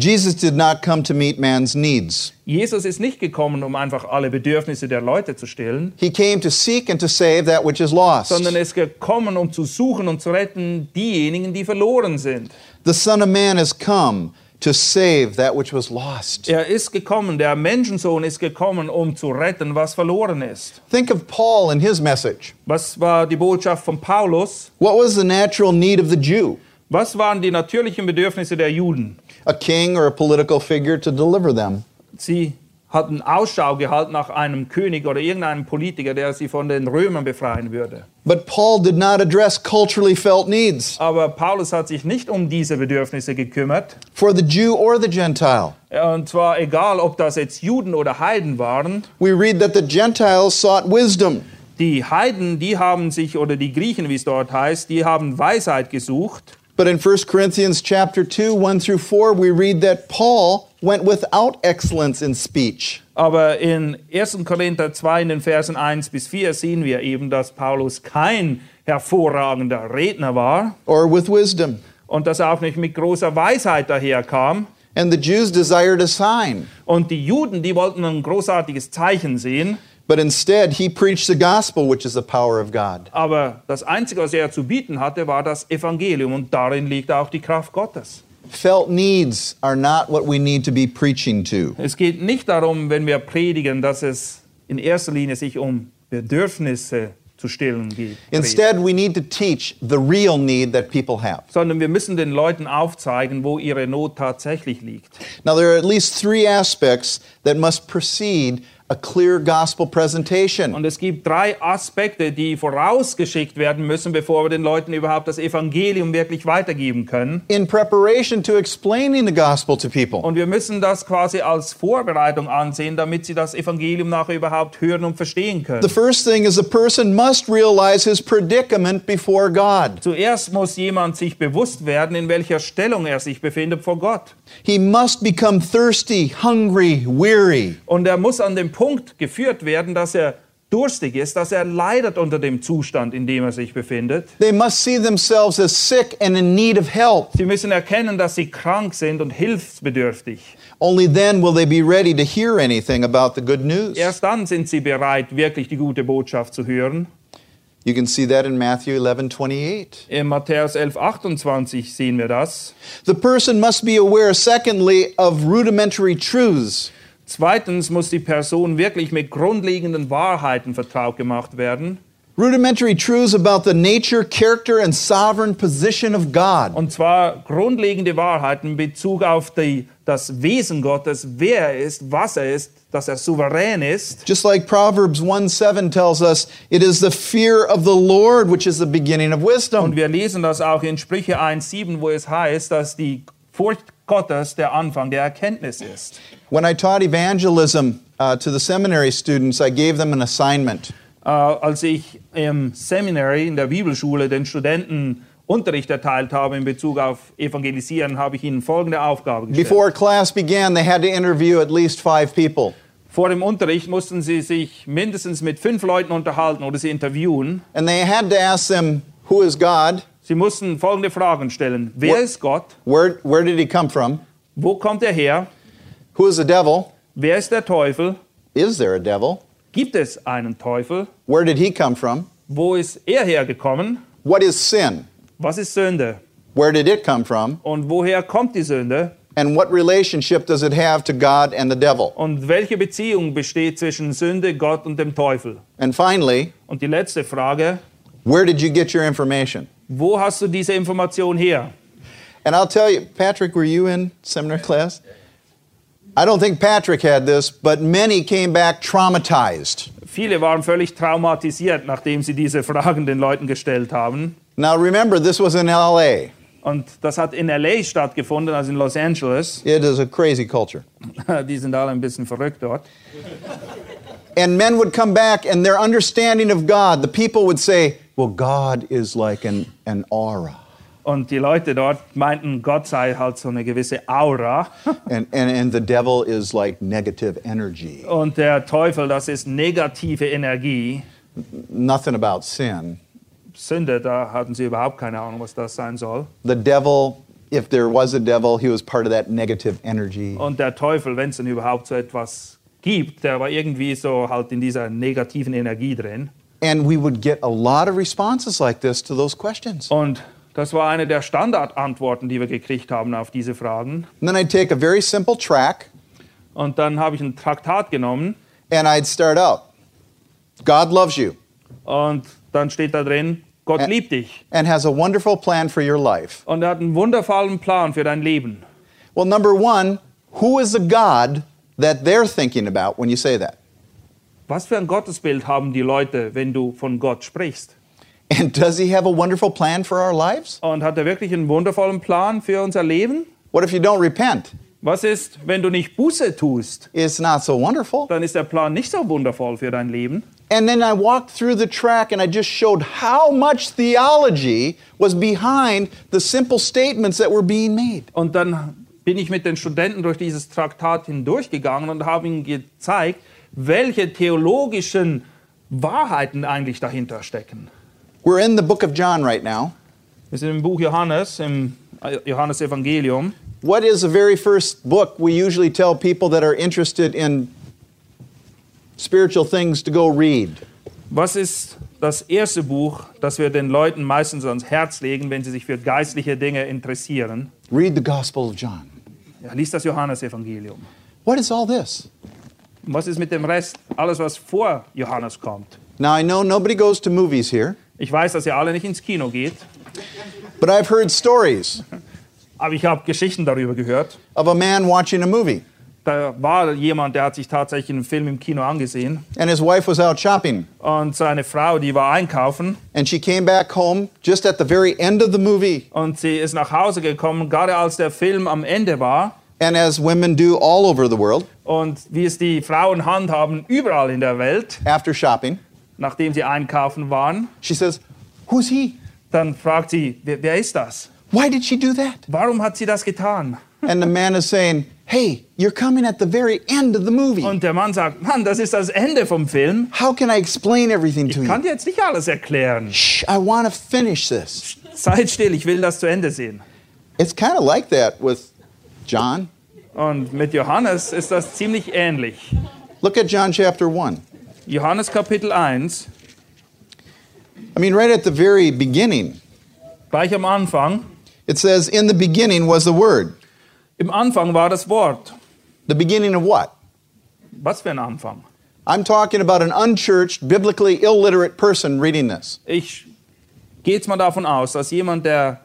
[SPEAKER 1] Jesus did not come to meet man's needs,
[SPEAKER 2] Jesus ist nicht gekommen, um einfach alle Bedürfnisse der Leute zu stillen,
[SPEAKER 1] he came to seek and to save that which is lost.
[SPEAKER 2] sondern er ist gekommen, um zu suchen und zu retten diejenigen, die verloren sind.
[SPEAKER 1] The Son of Man has come to save that which was lost.
[SPEAKER 2] Er ist gekommen, der Menschensohn ist gekommen, um zu retten, was verloren ist.
[SPEAKER 1] Think of Paul and his message.
[SPEAKER 2] Was war die Botschaft von Paulus?
[SPEAKER 1] What was the natural need of the Jew?
[SPEAKER 2] Was waren die natürlichen Bedürfnisse der Juden?
[SPEAKER 1] A king or a political figure to deliver them.
[SPEAKER 2] Sie hatten Ausschau gehalten nach einem König oder irgendeinem Politiker, der sie von den Römern befreien würde.
[SPEAKER 1] But Paul did not address culturally felt needs
[SPEAKER 2] Aber Paulus hat sich nicht um diese Bedürfnisse gekümmert.
[SPEAKER 1] for the Jew or the Gentile.
[SPEAKER 2] Und zwar egal, ob das jetzt Juden oder Heiden waren.
[SPEAKER 1] We read that the Gentiles sought wisdom,
[SPEAKER 2] Die Heiden, die haben sich, oder die Griechen, wie es dort heißt, die haben Weisheit gesucht.
[SPEAKER 1] but in 1 Corinthians chapter 2, 1 through 4, we read that Paul went without excellence in speech.
[SPEAKER 2] Aber in 1. Korinther 2, in den Versen 1 bis 4, sehen wir eben, dass Paulus kein hervorragender Redner war
[SPEAKER 1] Or with wisdom.
[SPEAKER 2] und dass er auch nicht mit großer Weisheit daherkam.
[SPEAKER 1] And the Jews desired a sign.
[SPEAKER 2] Und die Juden, die wollten ein großartiges Zeichen sehen.
[SPEAKER 1] But instead, he preached the gospel, which is the power of God.
[SPEAKER 2] Aber das Einzige, was er zu bieten hatte, war das Evangelium. Und darin liegt auch die Kraft Gottes.
[SPEAKER 1] Felt needs are not what we need to be preaching to.
[SPEAKER 2] Es geht nicht darum, wenn wir predigen, dass es in erster Linie sich um Bedürfnisse zu stillen geht,
[SPEAKER 1] Instead, we need to teach the real need that people have.
[SPEAKER 2] sondern wir müssen den Leuten aufzeigen, wo ihre Not tatsächlich liegt.
[SPEAKER 1] Now, there are at least three aspects that must precede a clear gospel presentation.
[SPEAKER 2] Und es gibt drei Aspekte, die vorausgeschickt werden müssen, bevor wir den Leuten überhaupt das Evangelium wirklich weitergeben können.
[SPEAKER 1] In preparation to explaining the gospel to people,
[SPEAKER 2] Und wir müssen das quasi als Vorbereitung ansehen, damit sie das Evangelium nachher überhaupt hören und verstehen
[SPEAKER 1] the
[SPEAKER 2] können.
[SPEAKER 1] first thing is a person must realize his predicament before God.
[SPEAKER 2] Zuerst muss jemand sich bewusst werden, in welcher Stellung er sich befindet vor Gott.
[SPEAKER 1] He must become thirsty, hungry, weary.
[SPEAKER 2] Und er muss an den Punkt geführt werden, dass er durstig ist, dass er leidet unter dem Zustand, in dem er sich befindet.
[SPEAKER 1] They must see themselves as sick and in need of help.
[SPEAKER 2] Sie müssen erkennen, dass sie krank sind und hilfsbedürftig.
[SPEAKER 1] Only then will they be ready to hear anything about the good news.
[SPEAKER 2] Erst dann sind sie bereit, wirklich die gute Botschaft zu hören.
[SPEAKER 1] You can see that in Matthew 11 28.
[SPEAKER 2] In Matthäus 11, 28 sehen wir das.
[SPEAKER 1] The person must be aware, secondly, of rudimentary truths.
[SPEAKER 2] Zweitens muss die Person wirklich mit grundlegenden Wahrheiten vertraut gemacht werden.
[SPEAKER 1] Rudimentary truths about the nature, character, and sovereign position of God.
[SPEAKER 2] Und zwar grundlegende Wahrheiten in Bezug auf die, das Wesen Gottes, wer er ist, was er ist, dass er souverän ist.
[SPEAKER 1] Just like Proverbs 1 7 tells us, it is the fear of the Lord which is the beginning of
[SPEAKER 2] Und
[SPEAKER 1] wisdom.
[SPEAKER 2] wir lesen das auch in Sprüche 1,7, wo es heißt, dass die Furcht Gottes der Anfang der Erkenntnis ist.
[SPEAKER 1] When I taught evangelism uh, to the seminary students, I gave them an assignment.
[SPEAKER 2] Äh, als ich im Seminary in der Bibelschule den Studenten Unterricht erteilt habe in Bezug auf Evangelisieren, habe ich ihnen folgende Aufgabe gestellt.
[SPEAKER 1] Before class began, they had to interview at least five people.
[SPEAKER 2] Vor dem Unterricht mussten sie sich mindestens mit fünf Leuten unterhalten oder sie interviewen.
[SPEAKER 1] And they had to ask them, Who is God?
[SPEAKER 2] Sie mussten folgende Fragen stellen. Wer
[SPEAKER 1] Wo-
[SPEAKER 2] ist Gott?
[SPEAKER 1] Where, where did he come from?
[SPEAKER 2] Wo kommt er her?
[SPEAKER 1] Who is the devil?
[SPEAKER 2] Wer ist der Teufel?
[SPEAKER 1] Is there a devil?
[SPEAKER 2] Gibt es einen Teufel?
[SPEAKER 1] Where did he come from?
[SPEAKER 2] Wo ist er hergekommen?
[SPEAKER 1] What is sin?
[SPEAKER 2] Was ist Sünde?
[SPEAKER 1] Where did it come from?
[SPEAKER 2] Und woher kommt die Sünde?
[SPEAKER 1] And what relationship does it have to God and the devil?
[SPEAKER 2] Und welche Beziehung besteht zwischen Sünde, Gott und dem Teufel?
[SPEAKER 1] And finally,
[SPEAKER 2] Und die letzte Frage,
[SPEAKER 1] where did you get your information?
[SPEAKER 2] wo hast du diese Information her?
[SPEAKER 1] And I'll tell you, Patrick, were you in seminar class? I don't think Patrick had this, but many came back traumatized.
[SPEAKER 2] Viele waren völlig traumatisiert, nachdem sie diese Fragen den Leuten gestellt haben.
[SPEAKER 1] Now remember, this was in LA.
[SPEAKER 2] Und das hat in LA stattgefunden, also in Los Angeles.
[SPEAKER 1] It is a crazy culture.
[SPEAKER 2] Die sind alle ein bisschen verrückt dort.
[SPEAKER 1] And men would come back and their understanding of God, the people would say, well, God is like an, an aura.
[SPEAKER 2] Und die Leute dort meinten, Gott sei halt so eine gewisse Aura.
[SPEAKER 1] And, and, and the devil is like negative energy.
[SPEAKER 2] Und der Teufel, das ist negative Energie.
[SPEAKER 1] Nothing about sin.
[SPEAKER 2] Sünde, da hatten sie überhaupt keine Ahnung, was das sein soll.
[SPEAKER 1] The devil, if there was a devil, he was part of that negative energy.
[SPEAKER 2] Und der Teufel, wenn es denn überhaupt so etwas gibt, der war irgendwie so halt in dieser negativen Energie drin.
[SPEAKER 1] And we would get a lot of responses like this to those questions.
[SPEAKER 2] Und das war eine der Standardantworten, die wir gekriegt haben auf diese Fragen.
[SPEAKER 1] And then I'd take a very simple track
[SPEAKER 2] Und dann habe ich ein Traktat genommen
[SPEAKER 1] and I'd start out God loves you
[SPEAKER 2] und dann steht da drin, Gott
[SPEAKER 1] Ä-
[SPEAKER 2] liebt dich
[SPEAKER 1] and has a wonderful plan for your life.
[SPEAKER 2] und er hat einen wundervollen Plan für dein Leben.
[SPEAKER 1] Well, number one, who is the God that they're thinking about when you say that?
[SPEAKER 2] Was für ein Gottesbild haben die Leute, wenn du von Gott sprichst?
[SPEAKER 1] And does he have a wonderful plan for our lives?
[SPEAKER 2] Und hat er wirklich einen wundervollen Plan für unser Leben?
[SPEAKER 1] What if you don't repent?
[SPEAKER 2] Was ist, wenn du nicht Buße tust?
[SPEAKER 1] It's not so wonderful.
[SPEAKER 2] Dann ist der Plan nicht so wundervoll für dein Leben.
[SPEAKER 1] And then I walked through the track and I just showed how much theology was behind the simple statements that were being made.
[SPEAKER 2] Und dann bin ich mit den Studenten durch dieses Traktat hindurchgegangen und habe ihnen gezeigt, welche theologischen Wahrheiten eigentlich dahinter stecken.
[SPEAKER 1] We're in the book of John right now.
[SPEAKER 2] Wir sind im Buch Johannes, im Johannesevangelium.
[SPEAKER 1] What is the very first book we usually tell people that are interested in spiritual things to go read?
[SPEAKER 2] Was ist das erste Buch, das wir den Leuten meistens ans Herz legen, wenn sie sich für geistliche Dinge interessieren?
[SPEAKER 1] Read the Gospel of John.
[SPEAKER 2] Ja, lies das Johannesevangelium.
[SPEAKER 1] What is all this?
[SPEAKER 2] Und Was ist mit dem Rest? Alles, was vor Johannes kommt.
[SPEAKER 1] Now, I know nobody goes to movies here,
[SPEAKER 2] Ich weiß, dass ihr alle nicht ins Kino geht,
[SPEAKER 1] but I've heard stories
[SPEAKER 2] aber ich habe Geschichten darüber gehört.
[SPEAKER 1] of a man watching a movie,
[SPEAKER 2] Da war jemand, der hat sich tatsächlich einen Film im Kino angesehen
[SPEAKER 1] and his wife was out shopping,
[SPEAKER 2] und seine Frau, die war einkaufen
[SPEAKER 1] and she came back home just at the very end of the movie.
[SPEAKER 2] und sie ist nach Hause gekommen, gerade als der Film am Ende war
[SPEAKER 1] And as women do all over the world
[SPEAKER 2] und wie es die Frauen handhaben überall in der Welt,
[SPEAKER 1] after shopping,
[SPEAKER 2] nachdem sie einkaufen waren,
[SPEAKER 1] she says, Who's he?
[SPEAKER 2] dann fragt sie, wer, wer ist das?
[SPEAKER 1] Why did she do that?
[SPEAKER 2] Warum hat sie das getan?
[SPEAKER 1] And the man is saying, Hey, you're coming at the very end of the movie.
[SPEAKER 2] Und der Mann sagt, Mann, das ist das Ende vom Film.
[SPEAKER 1] How can I explain everything to
[SPEAKER 2] Ich kann
[SPEAKER 1] you?
[SPEAKER 2] dir jetzt nicht alles erklären.
[SPEAKER 1] Shh, I want to finish this.
[SPEAKER 2] Seid still, ich will das zu Ende sehen.
[SPEAKER 1] It's kind of like that with John.
[SPEAKER 2] Und mit Johannes ist das ziemlich ähnlich.
[SPEAKER 1] Look at John chapter 1.
[SPEAKER 2] Johannes Kapitel 1,
[SPEAKER 1] I mean, right at the very beginning,
[SPEAKER 2] gleich am Anfang.
[SPEAKER 1] it says, In the beginning was the Word.
[SPEAKER 2] Im Anfang war das Wort.
[SPEAKER 1] The beginning of what?
[SPEAKER 2] Was für ein Anfang?
[SPEAKER 1] I'm talking about an unchurched, biblically illiterate person reading this.
[SPEAKER 2] Ich gehe jetzt mal davon aus, dass jemand, der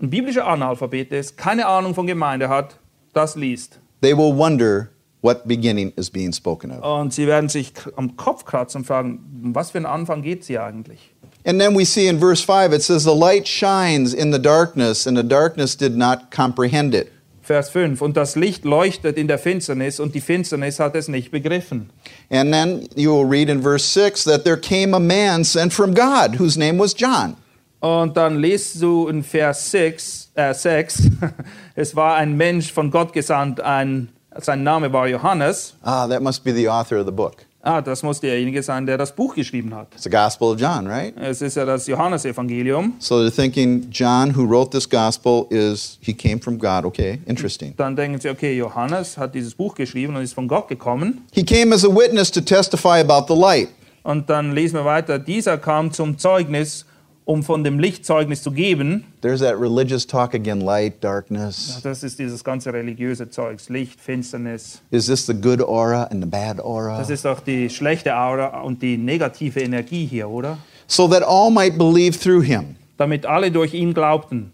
[SPEAKER 2] ein biblischer Analphabet ist, keine Ahnung von Gemeinde hat, das liest.
[SPEAKER 1] They will wonder what beginning is being spoken of.
[SPEAKER 2] Und sie werden sich k- am Kopf kratzen und fragen, um was für einen Anfang geht es hier eigentlich?
[SPEAKER 1] And then we see in verse 5, it says, The light shines in the darkness, and the darkness did not comprehend it.
[SPEAKER 2] Vers 5. Und das Licht leuchtet in der Finsternis und die Finsternis hat es nicht begriffen.
[SPEAKER 1] And then you will read in verse 6 that there came a man sent from God whose name was John.
[SPEAKER 2] Und dann liest du in Vers 6, äh 6 es war ein Mensch von Gott gesandt, ein, sein Name war Johannes.
[SPEAKER 1] Ah, that must be the author of the book.
[SPEAKER 2] Ah, das muss derjenige sein, der das Buch geschrieben hat.
[SPEAKER 1] It's the Gospel of John, right?
[SPEAKER 2] Es ist ja das Johannesevangelium.
[SPEAKER 1] So they're thinking John, who wrote this gospel, is he came from God. Okay, interesting.
[SPEAKER 2] Dann denken sie, okay, Johannes hat dieses Buch geschrieben und ist von Gott gekommen.
[SPEAKER 1] He came as a witness to testify about the light.
[SPEAKER 2] Und dann lesen wir weiter, dieser kam zum Zeugnis, um von dem Licht Zeugnis zu geben.
[SPEAKER 1] There's that religious talk again light, darkness.
[SPEAKER 2] Das ist dieses ganze religiöse Zeugs, Licht, Finsternis.
[SPEAKER 1] Is this the good aura and the bad
[SPEAKER 2] Das
[SPEAKER 1] aura?
[SPEAKER 2] ist auch die schlechte Aura und die negative Energie hier, oder?
[SPEAKER 1] So that all might believe through him.
[SPEAKER 2] Damit alle durch ihn glaubten.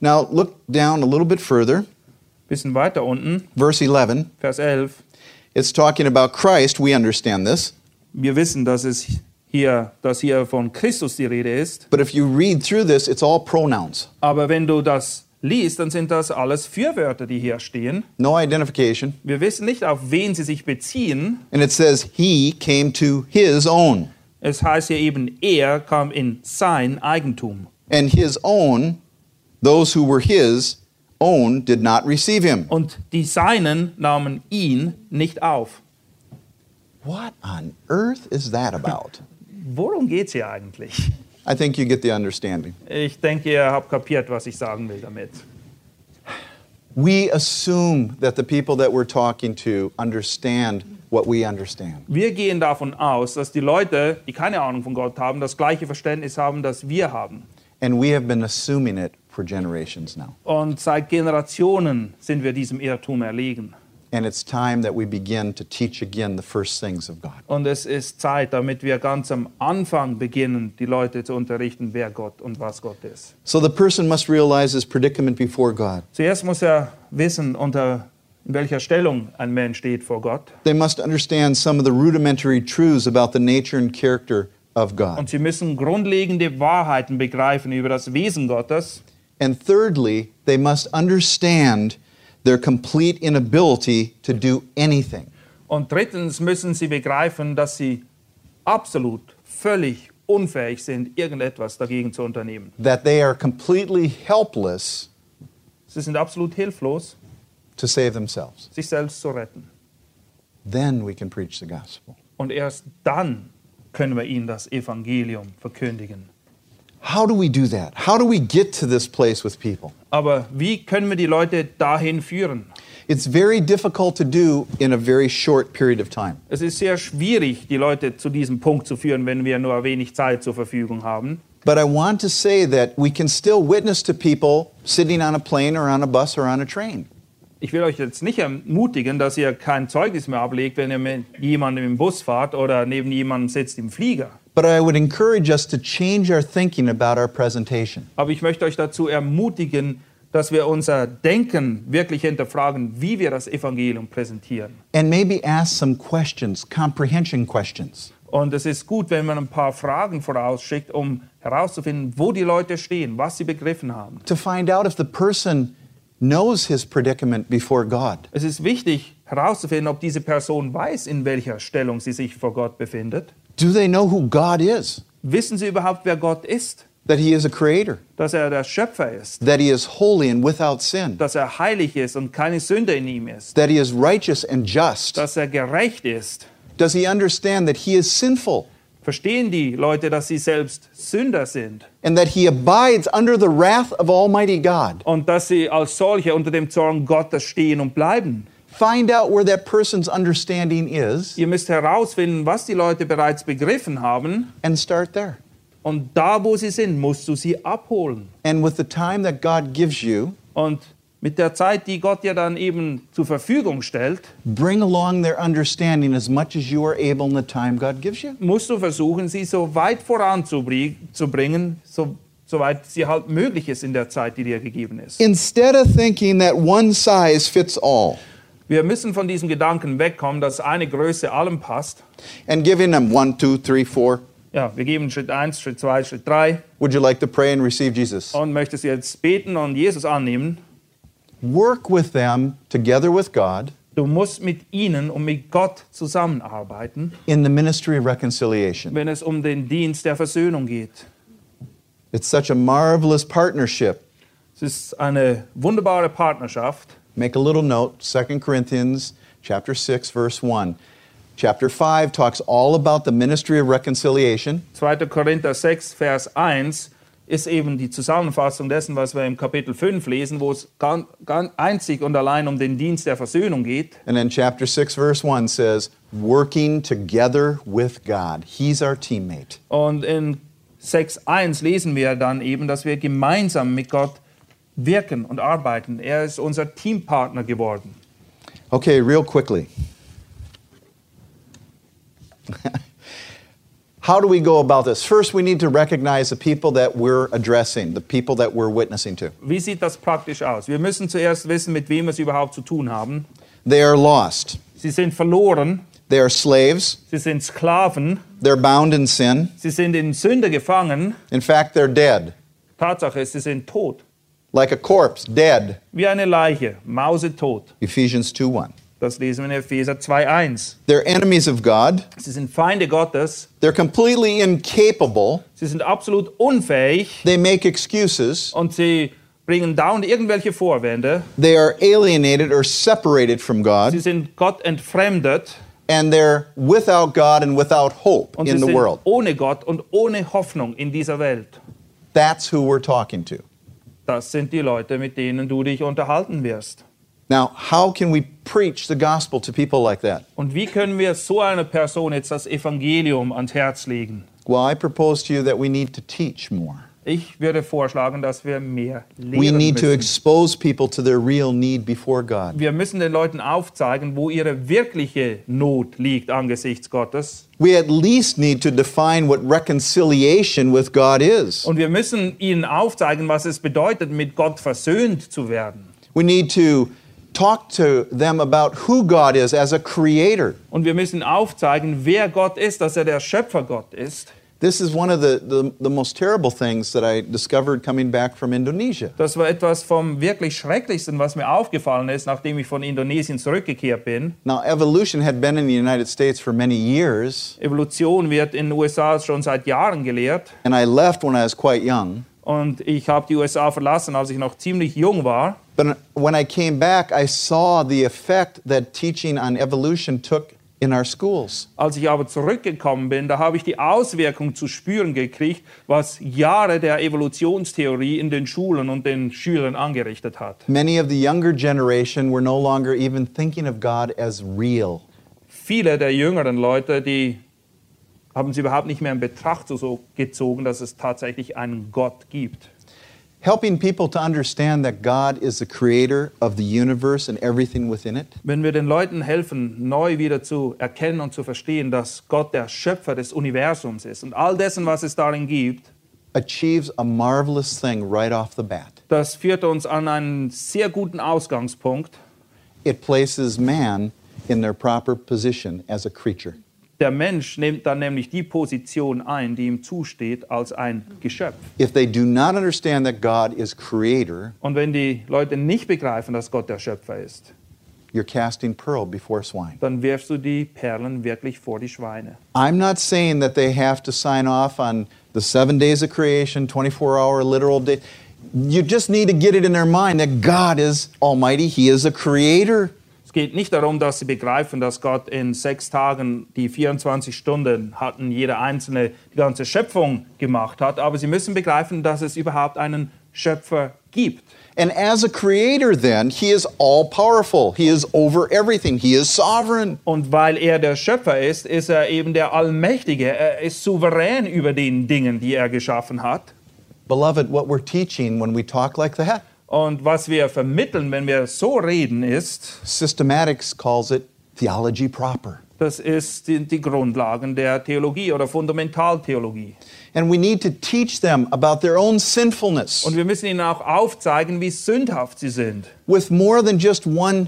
[SPEAKER 1] Now look down a little bit further,
[SPEAKER 2] Bisschen weiter unten,
[SPEAKER 1] verse 11.
[SPEAKER 2] Vers 11.
[SPEAKER 1] It's talking about Christ. We understand this.
[SPEAKER 2] Wir wissen, dass es hier, dass hier von Christus die Rede ist.
[SPEAKER 1] But if you read through this, it's all pronouns.
[SPEAKER 2] Aber wenn du das liest, dann sind das alles Fürwörter, die hier stehen.
[SPEAKER 1] No identification.
[SPEAKER 2] Wir wissen nicht, auf wen sie sich beziehen.
[SPEAKER 1] And it says, He came to His own.
[SPEAKER 2] Es heißt hier eben, er kam in sein Eigentum.
[SPEAKER 1] And His own, those who were His own, did not receive Him.
[SPEAKER 2] Und die Seinen nahmen ihn nicht auf.
[SPEAKER 1] What on earth is that about?
[SPEAKER 2] Worum geht es hier eigentlich?
[SPEAKER 1] I think you get the understanding.
[SPEAKER 2] Ich denke, ihr habt kapiert, was ich sagen will damit.
[SPEAKER 1] We assume that the people that we're talking to understand what we understand.
[SPEAKER 2] Wir gehen davon aus, dass die Leute, die keine Ahnung von Gott haben, das gleiche Verständnis haben, das wir haben.
[SPEAKER 1] And we have been assuming it for generations now.
[SPEAKER 2] Und seit Generationen sind wir diesem Irrtum erlegen.
[SPEAKER 1] And it's time that we begin to teach again the first things of God.
[SPEAKER 2] Und es ist Zeit, damit wir ganz am Anfang beginnen, die Leute zu unterrichten, wer Gott und was Gott ist.
[SPEAKER 1] So the person must realize his predicament before God.
[SPEAKER 2] Zuerst muss er wissen, unter in welcher Stellung ein Mensch steht vor Gott.
[SPEAKER 1] They must understand some of the rudimentary truths about the nature and character of
[SPEAKER 2] Und
[SPEAKER 1] God.
[SPEAKER 2] sie müssen grundlegende Wahrheiten begreifen über das Wesen Gottes.
[SPEAKER 1] And thirdly, they must understand their complete inability to do anything.
[SPEAKER 2] Und drittens müssen sie begreifen, dass sie absolut, völlig unfähig sind, irgendetwas dagegen zu unternehmen.
[SPEAKER 1] That they are completely helpless
[SPEAKER 2] Sie sind absolut hilflos,
[SPEAKER 1] to save themselves.
[SPEAKER 2] sich selbst zu retten.
[SPEAKER 1] Then we can preach the gospel.
[SPEAKER 2] Und erst dann können wir ihnen das Evangelium verkündigen.
[SPEAKER 1] How do we do that? How do we get to this place with people?
[SPEAKER 2] Aber wie können wir die Leute dahin führen?
[SPEAKER 1] It's very difficult to do in a very short period of time.
[SPEAKER 2] Es ist sehr schwierig, die Leute zu diesem Punkt zu führen, wenn wir nur wenig Zeit zur Verfügung haben.
[SPEAKER 1] But I want to say that we can still witness to people sitting on a plane or on a bus or on a train.
[SPEAKER 2] Ich will euch jetzt nicht ermutigen, dass ihr kein Zeugnis mehr ablegt, wenn ihr mit jemandem im Bus fahrt oder neben jemandem sitzt im Flieger.
[SPEAKER 1] But I would encourage us to change our thinking about our presentation.
[SPEAKER 2] Aber ich möchte euch dazu ermutigen, dass wir unser Denken wirklich hinterfragen, wie wir das Evangelium präsentieren.
[SPEAKER 1] And maybe ask some questions, comprehension questions.
[SPEAKER 2] Und es ist gut, wenn man ein paar Fragen vorausschickt, um herauszufinden, wo die Leute stehen, was sie begriffen haben.
[SPEAKER 1] to find out if the person knows his predicament before God.
[SPEAKER 2] Es ist wichtig herauszufinden, ob diese Person weiß, in welcher Stellung sie sich vor Gott befindet.
[SPEAKER 1] Do they know who God is?
[SPEAKER 2] Wissen sie überhaupt, wer Gott ist?
[SPEAKER 1] that He is a creator,
[SPEAKER 2] dass er der Schöpfer ist,
[SPEAKER 1] that He is holy and without sin,
[SPEAKER 2] dass er heilig ist und keine Sünde in ihm ist,
[SPEAKER 1] that He is righteous and just.
[SPEAKER 2] dass er gerecht ist.
[SPEAKER 1] Does He understand that He is sinful
[SPEAKER 2] Verstehen die Leute, dass sie selbst Sünder sind
[SPEAKER 1] and that He abides under the wrath of Almighty God?
[SPEAKER 2] und dass sie als solche unter dem Zorn Gottes stehen und bleiben?
[SPEAKER 1] Find out where that person's understanding is
[SPEAKER 2] Ihr müsst herausfinden, was die Leute bereits begriffen haben
[SPEAKER 1] and start there.
[SPEAKER 2] und da, wo sie sind, musst du sie abholen.
[SPEAKER 1] And with the time that God gives you,
[SPEAKER 2] Und mit der Zeit, die Gott dir dann eben zur Verfügung stellt,
[SPEAKER 1] bring along their understanding as much as you are able in the time God gives you.
[SPEAKER 2] musst du versuchen, sie so weit voranzubringen, so, soweit sie halt möglich ist in der Zeit, die dir gegeben ist.
[SPEAKER 1] Instead of thinking that one size fits all
[SPEAKER 2] Wir müssen von diesem Gedanken wegkommen, dass eine Größe allem passt.
[SPEAKER 1] and giving them one, two, three, four,
[SPEAKER 2] Ja, wir geben Schritt 1, Schritt 2, Schritt 3
[SPEAKER 1] would you like to pray and receive Jesus?
[SPEAKER 2] und möchtest jetzt beten und Jesus annehmen.
[SPEAKER 1] Work with them together with God
[SPEAKER 2] Du musst mit ihnen und mit Gott zusammenarbeiten,
[SPEAKER 1] in the ministry of reconciliation.
[SPEAKER 2] wenn es um den Dienst der Versöhnung geht.
[SPEAKER 1] It's such a marvelous partnership.
[SPEAKER 2] Es ist eine wunderbare Partnerschaft.
[SPEAKER 1] Make a little note, 2 Corinthians chapter 6 verse 1. Chapter 5 talks all about the ministry of reconciliation.
[SPEAKER 2] 2. Korinther 6, Vers 1 ist eben die Zusammenfassung dessen, was wir im Kapitel 5 lesen, wo es gan- gan- einzig und allein um den Dienst der Versöhnung geht.
[SPEAKER 1] And then chapter 6 verse 1 says, working together with God. He's our teammate.
[SPEAKER 2] Und in 6.1 lesen wir dann eben, dass wir gemeinsam mit Gott wirken und arbeiten. Er ist unser Teampartner geworden.
[SPEAKER 1] Okay, real quickly. How do we go about this? First, we need to recognize the people that we're addressing, the people that we're witnessing to.
[SPEAKER 2] Wie sieht das praktisch aus? Wir müssen zuerst wissen, mit wem wir es überhaupt zu tun haben.
[SPEAKER 1] They are lost.
[SPEAKER 2] Sie sind verloren,
[SPEAKER 1] They are slaves.
[SPEAKER 2] sie sind Sklaven,
[SPEAKER 1] They're bound in sin.
[SPEAKER 2] sie sind in Sünde gefangen.
[SPEAKER 1] In fact, they're dead,
[SPEAKER 2] Tatsache ist, sie sind tot.
[SPEAKER 1] like a corpse, dead.
[SPEAKER 2] Wie eine Leiche, mausetot.
[SPEAKER 1] Ephesians 2 1.
[SPEAKER 2] Das lesen wir in Epheser 2,1.
[SPEAKER 1] They're enemies of God.
[SPEAKER 2] Sie sind Feinde Gottes.
[SPEAKER 1] They're completely incapable.
[SPEAKER 2] Sie sind absolut unfähig
[SPEAKER 1] They make excuses.
[SPEAKER 2] und sie bringen dauernd irgendwelche Vorwände.
[SPEAKER 1] They are alienated or separated from
[SPEAKER 2] Sie
[SPEAKER 1] God.
[SPEAKER 2] sind Gott entfremdet
[SPEAKER 1] And they're without God and without hope
[SPEAKER 2] und
[SPEAKER 1] in
[SPEAKER 2] sie
[SPEAKER 1] the
[SPEAKER 2] sind
[SPEAKER 1] world.
[SPEAKER 2] ohne Gott und ohne Hoffnung in dieser Welt.
[SPEAKER 1] That's who we're talking to.
[SPEAKER 2] Das sind die Leute, mit denen du dich unterhalten wirst.
[SPEAKER 1] Now, how can we preach the gospel to people like that?
[SPEAKER 2] Und wie können wir so einer Person jetzt das Evangelium ans Herz legen?
[SPEAKER 1] Well, I propose to you that we need to teach more.
[SPEAKER 2] Ich würde vorschlagen, dass wir mehr
[SPEAKER 1] We
[SPEAKER 2] lehren
[SPEAKER 1] need to
[SPEAKER 2] müssen.
[SPEAKER 1] expose people to their real need before God.
[SPEAKER 2] Wir müssen den Leuten aufzeigen, wo ihre wirkliche Not liegt angesichts Gottes.
[SPEAKER 1] We at least need to define what reconciliation with God is.
[SPEAKER 2] Und wir müssen ihnen aufzeigen, was es bedeutet, mit Gott versöhnt zu werden.
[SPEAKER 1] We need to talk to them about who God is as a creator.
[SPEAKER 2] Und wir müssen aufzeigen, wer Gott ist, dass er der Schöpfergott ist.
[SPEAKER 1] This is one of the, the, the most terrible things that I discovered coming back from Indonesia.
[SPEAKER 2] Das war etwas vom wirklich Schrecklichsten, was mir aufgefallen ist, nachdem ich von Indonesien zurückgekehrt bin.
[SPEAKER 1] Now, evolution had been in the United States for many years,
[SPEAKER 2] Evolution wird in den USA schon seit Jahren gelehrt.
[SPEAKER 1] and I left when I was quite young.
[SPEAKER 2] Und ich habe die USA verlassen, als ich noch ziemlich jung war.
[SPEAKER 1] But when I came back, I saw the effect that teaching on evolution took in our schools.
[SPEAKER 2] Als ich aber zurückgekommen bin, da habe ich die Auswirkung zu spüren gekriegt, was Jahre der Evolutionstheorie in den Schulen und den Schülern angerichtet hat.
[SPEAKER 1] Many of the younger generation were no longer even thinking of God as real.
[SPEAKER 2] viele der jüngeren Leute, die haben sie überhaupt nicht mehr in Betracht so- so gezogen, dass es tatsächlich einen Gott gibt.
[SPEAKER 1] Helping people to understand that God is the creator of the universe and everything within it,
[SPEAKER 2] Wenn wir den Leuten helfen, neu wieder zu erkennen und zu verstehen, dass Gott der Schöpfer des Universums ist und all dessen, was es darin gibt,
[SPEAKER 1] achieves a marvelous thing right off the bat.
[SPEAKER 2] das führt uns an einen sehr guten Ausgangspunkt.
[SPEAKER 1] It places man in their proper position as a creature.
[SPEAKER 2] Der Mensch nimmt dann nämlich die Position ein, die ihm zusteht als ein Geschöpf.
[SPEAKER 1] If they do not understand that God is creator,
[SPEAKER 2] Und wenn die Leute nicht begreifen, dass Gott der Schöpfer ist,
[SPEAKER 1] you're casting pearl before swine.
[SPEAKER 2] dann wirfst du die Perlen wirklich vor die Schweine.
[SPEAKER 1] I'm not saying that they have to sign off on the the seven days of creation, 24 hour literal day. You just need to get it in their mind that God is Almighty, He is a creator.
[SPEAKER 2] Es geht nicht darum, dass sie begreifen, dass Gott in sechs Tagen die 24 Stunden hatten, jeder einzelne die ganze Schöpfung gemacht hat, aber sie müssen begreifen, dass es überhaupt einen Schöpfer gibt.
[SPEAKER 1] And as a creator, then, He is all powerful, He is over everything, He is sovereign.
[SPEAKER 2] Und weil er der Schöpfer ist, ist er eben der Allmächtige. Er ist souverän über den Dingen, die er geschaffen hat.
[SPEAKER 1] Beloved, what we're teaching when we talk like that,
[SPEAKER 2] Und was wir vermitteln, wenn wir so reden, ist,
[SPEAKER 1] systematics calls it theology proper.
[SPEAKER 2] das ist, sind die Grundlagen der Theologie oder Fundamentaltheologie.
[SPEAKER 1] And we need to teach them about their own sinfulness
[SPEAKER 2] Und wir müssen ihnen auch aufzeigen, wie sündhaft sie sind.
[SPEAKER 1] with more than just one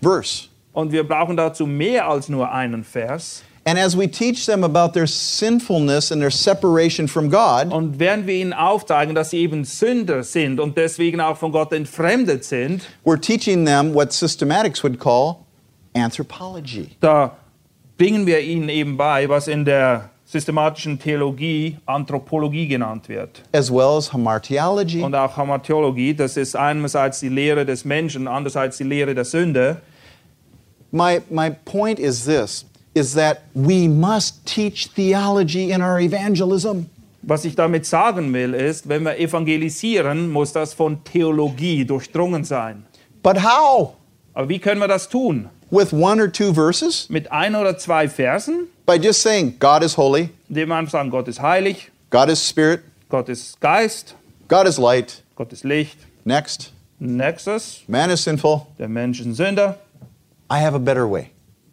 [SPEAKER 1] verse.
[SPEAKER 2] Und wir brauchen dazu mehr als nur einen Vers.
[SPEAKER 1] And as we teach them about their sinfulness and their separation from God,
[SPEAKER 2] Und während wir ihnen aufzeigen, dass sie eben Sünder sind und deswegen auch von Gott entfremdet sind,
[SPEAKER 1] we're teaching them what systematics would call anthropology.
[SPEAKER 2] da bringen wir ihnen eben bei, was in der systematischen Theologie Anthropologie genannt wird.
[SPEAKER 1] As well as hamartiology.
[SPEAKER 2] Und auch Hamartiologie, das ist einerseits die Lehre des Menschen, andererseits die Lehre der Sünde.
[SPEAKER 1] My, my point is this, is that we must teach theology in our evangelism.
[SPEAKER 2] Was ich damit sagen will, ist, wenn wir evangelisieren, muss das von Theologie durchdrungen sein.
[SPEAKER 1] But how?
[SPEAKER 2] Aber wie können wir das tun?
[SPEAKER 1] With one or two verses?
[SPEAKER 2] Mit ein oder zwei Versen,
[SPEAKER 1] By just saying, God is holy,
[SPEAKER 2] indem wir einfach sagen, Gott ist heilig,
[SPEAKER 1] God is spirit,
[SPEAKER 2] Gott ist Geist,
[SPEAKER 1] God is light.
[SPEAKER 2] Gott ist Licht.
[SPEAKER 1] Next,
[SPEAKER 2] Nächstes,
[SPEAKER 1] man is sinful.
[SPEAKER 2] der Mensch ist ein Sünder.
[SPEAKER 1] I have a better way.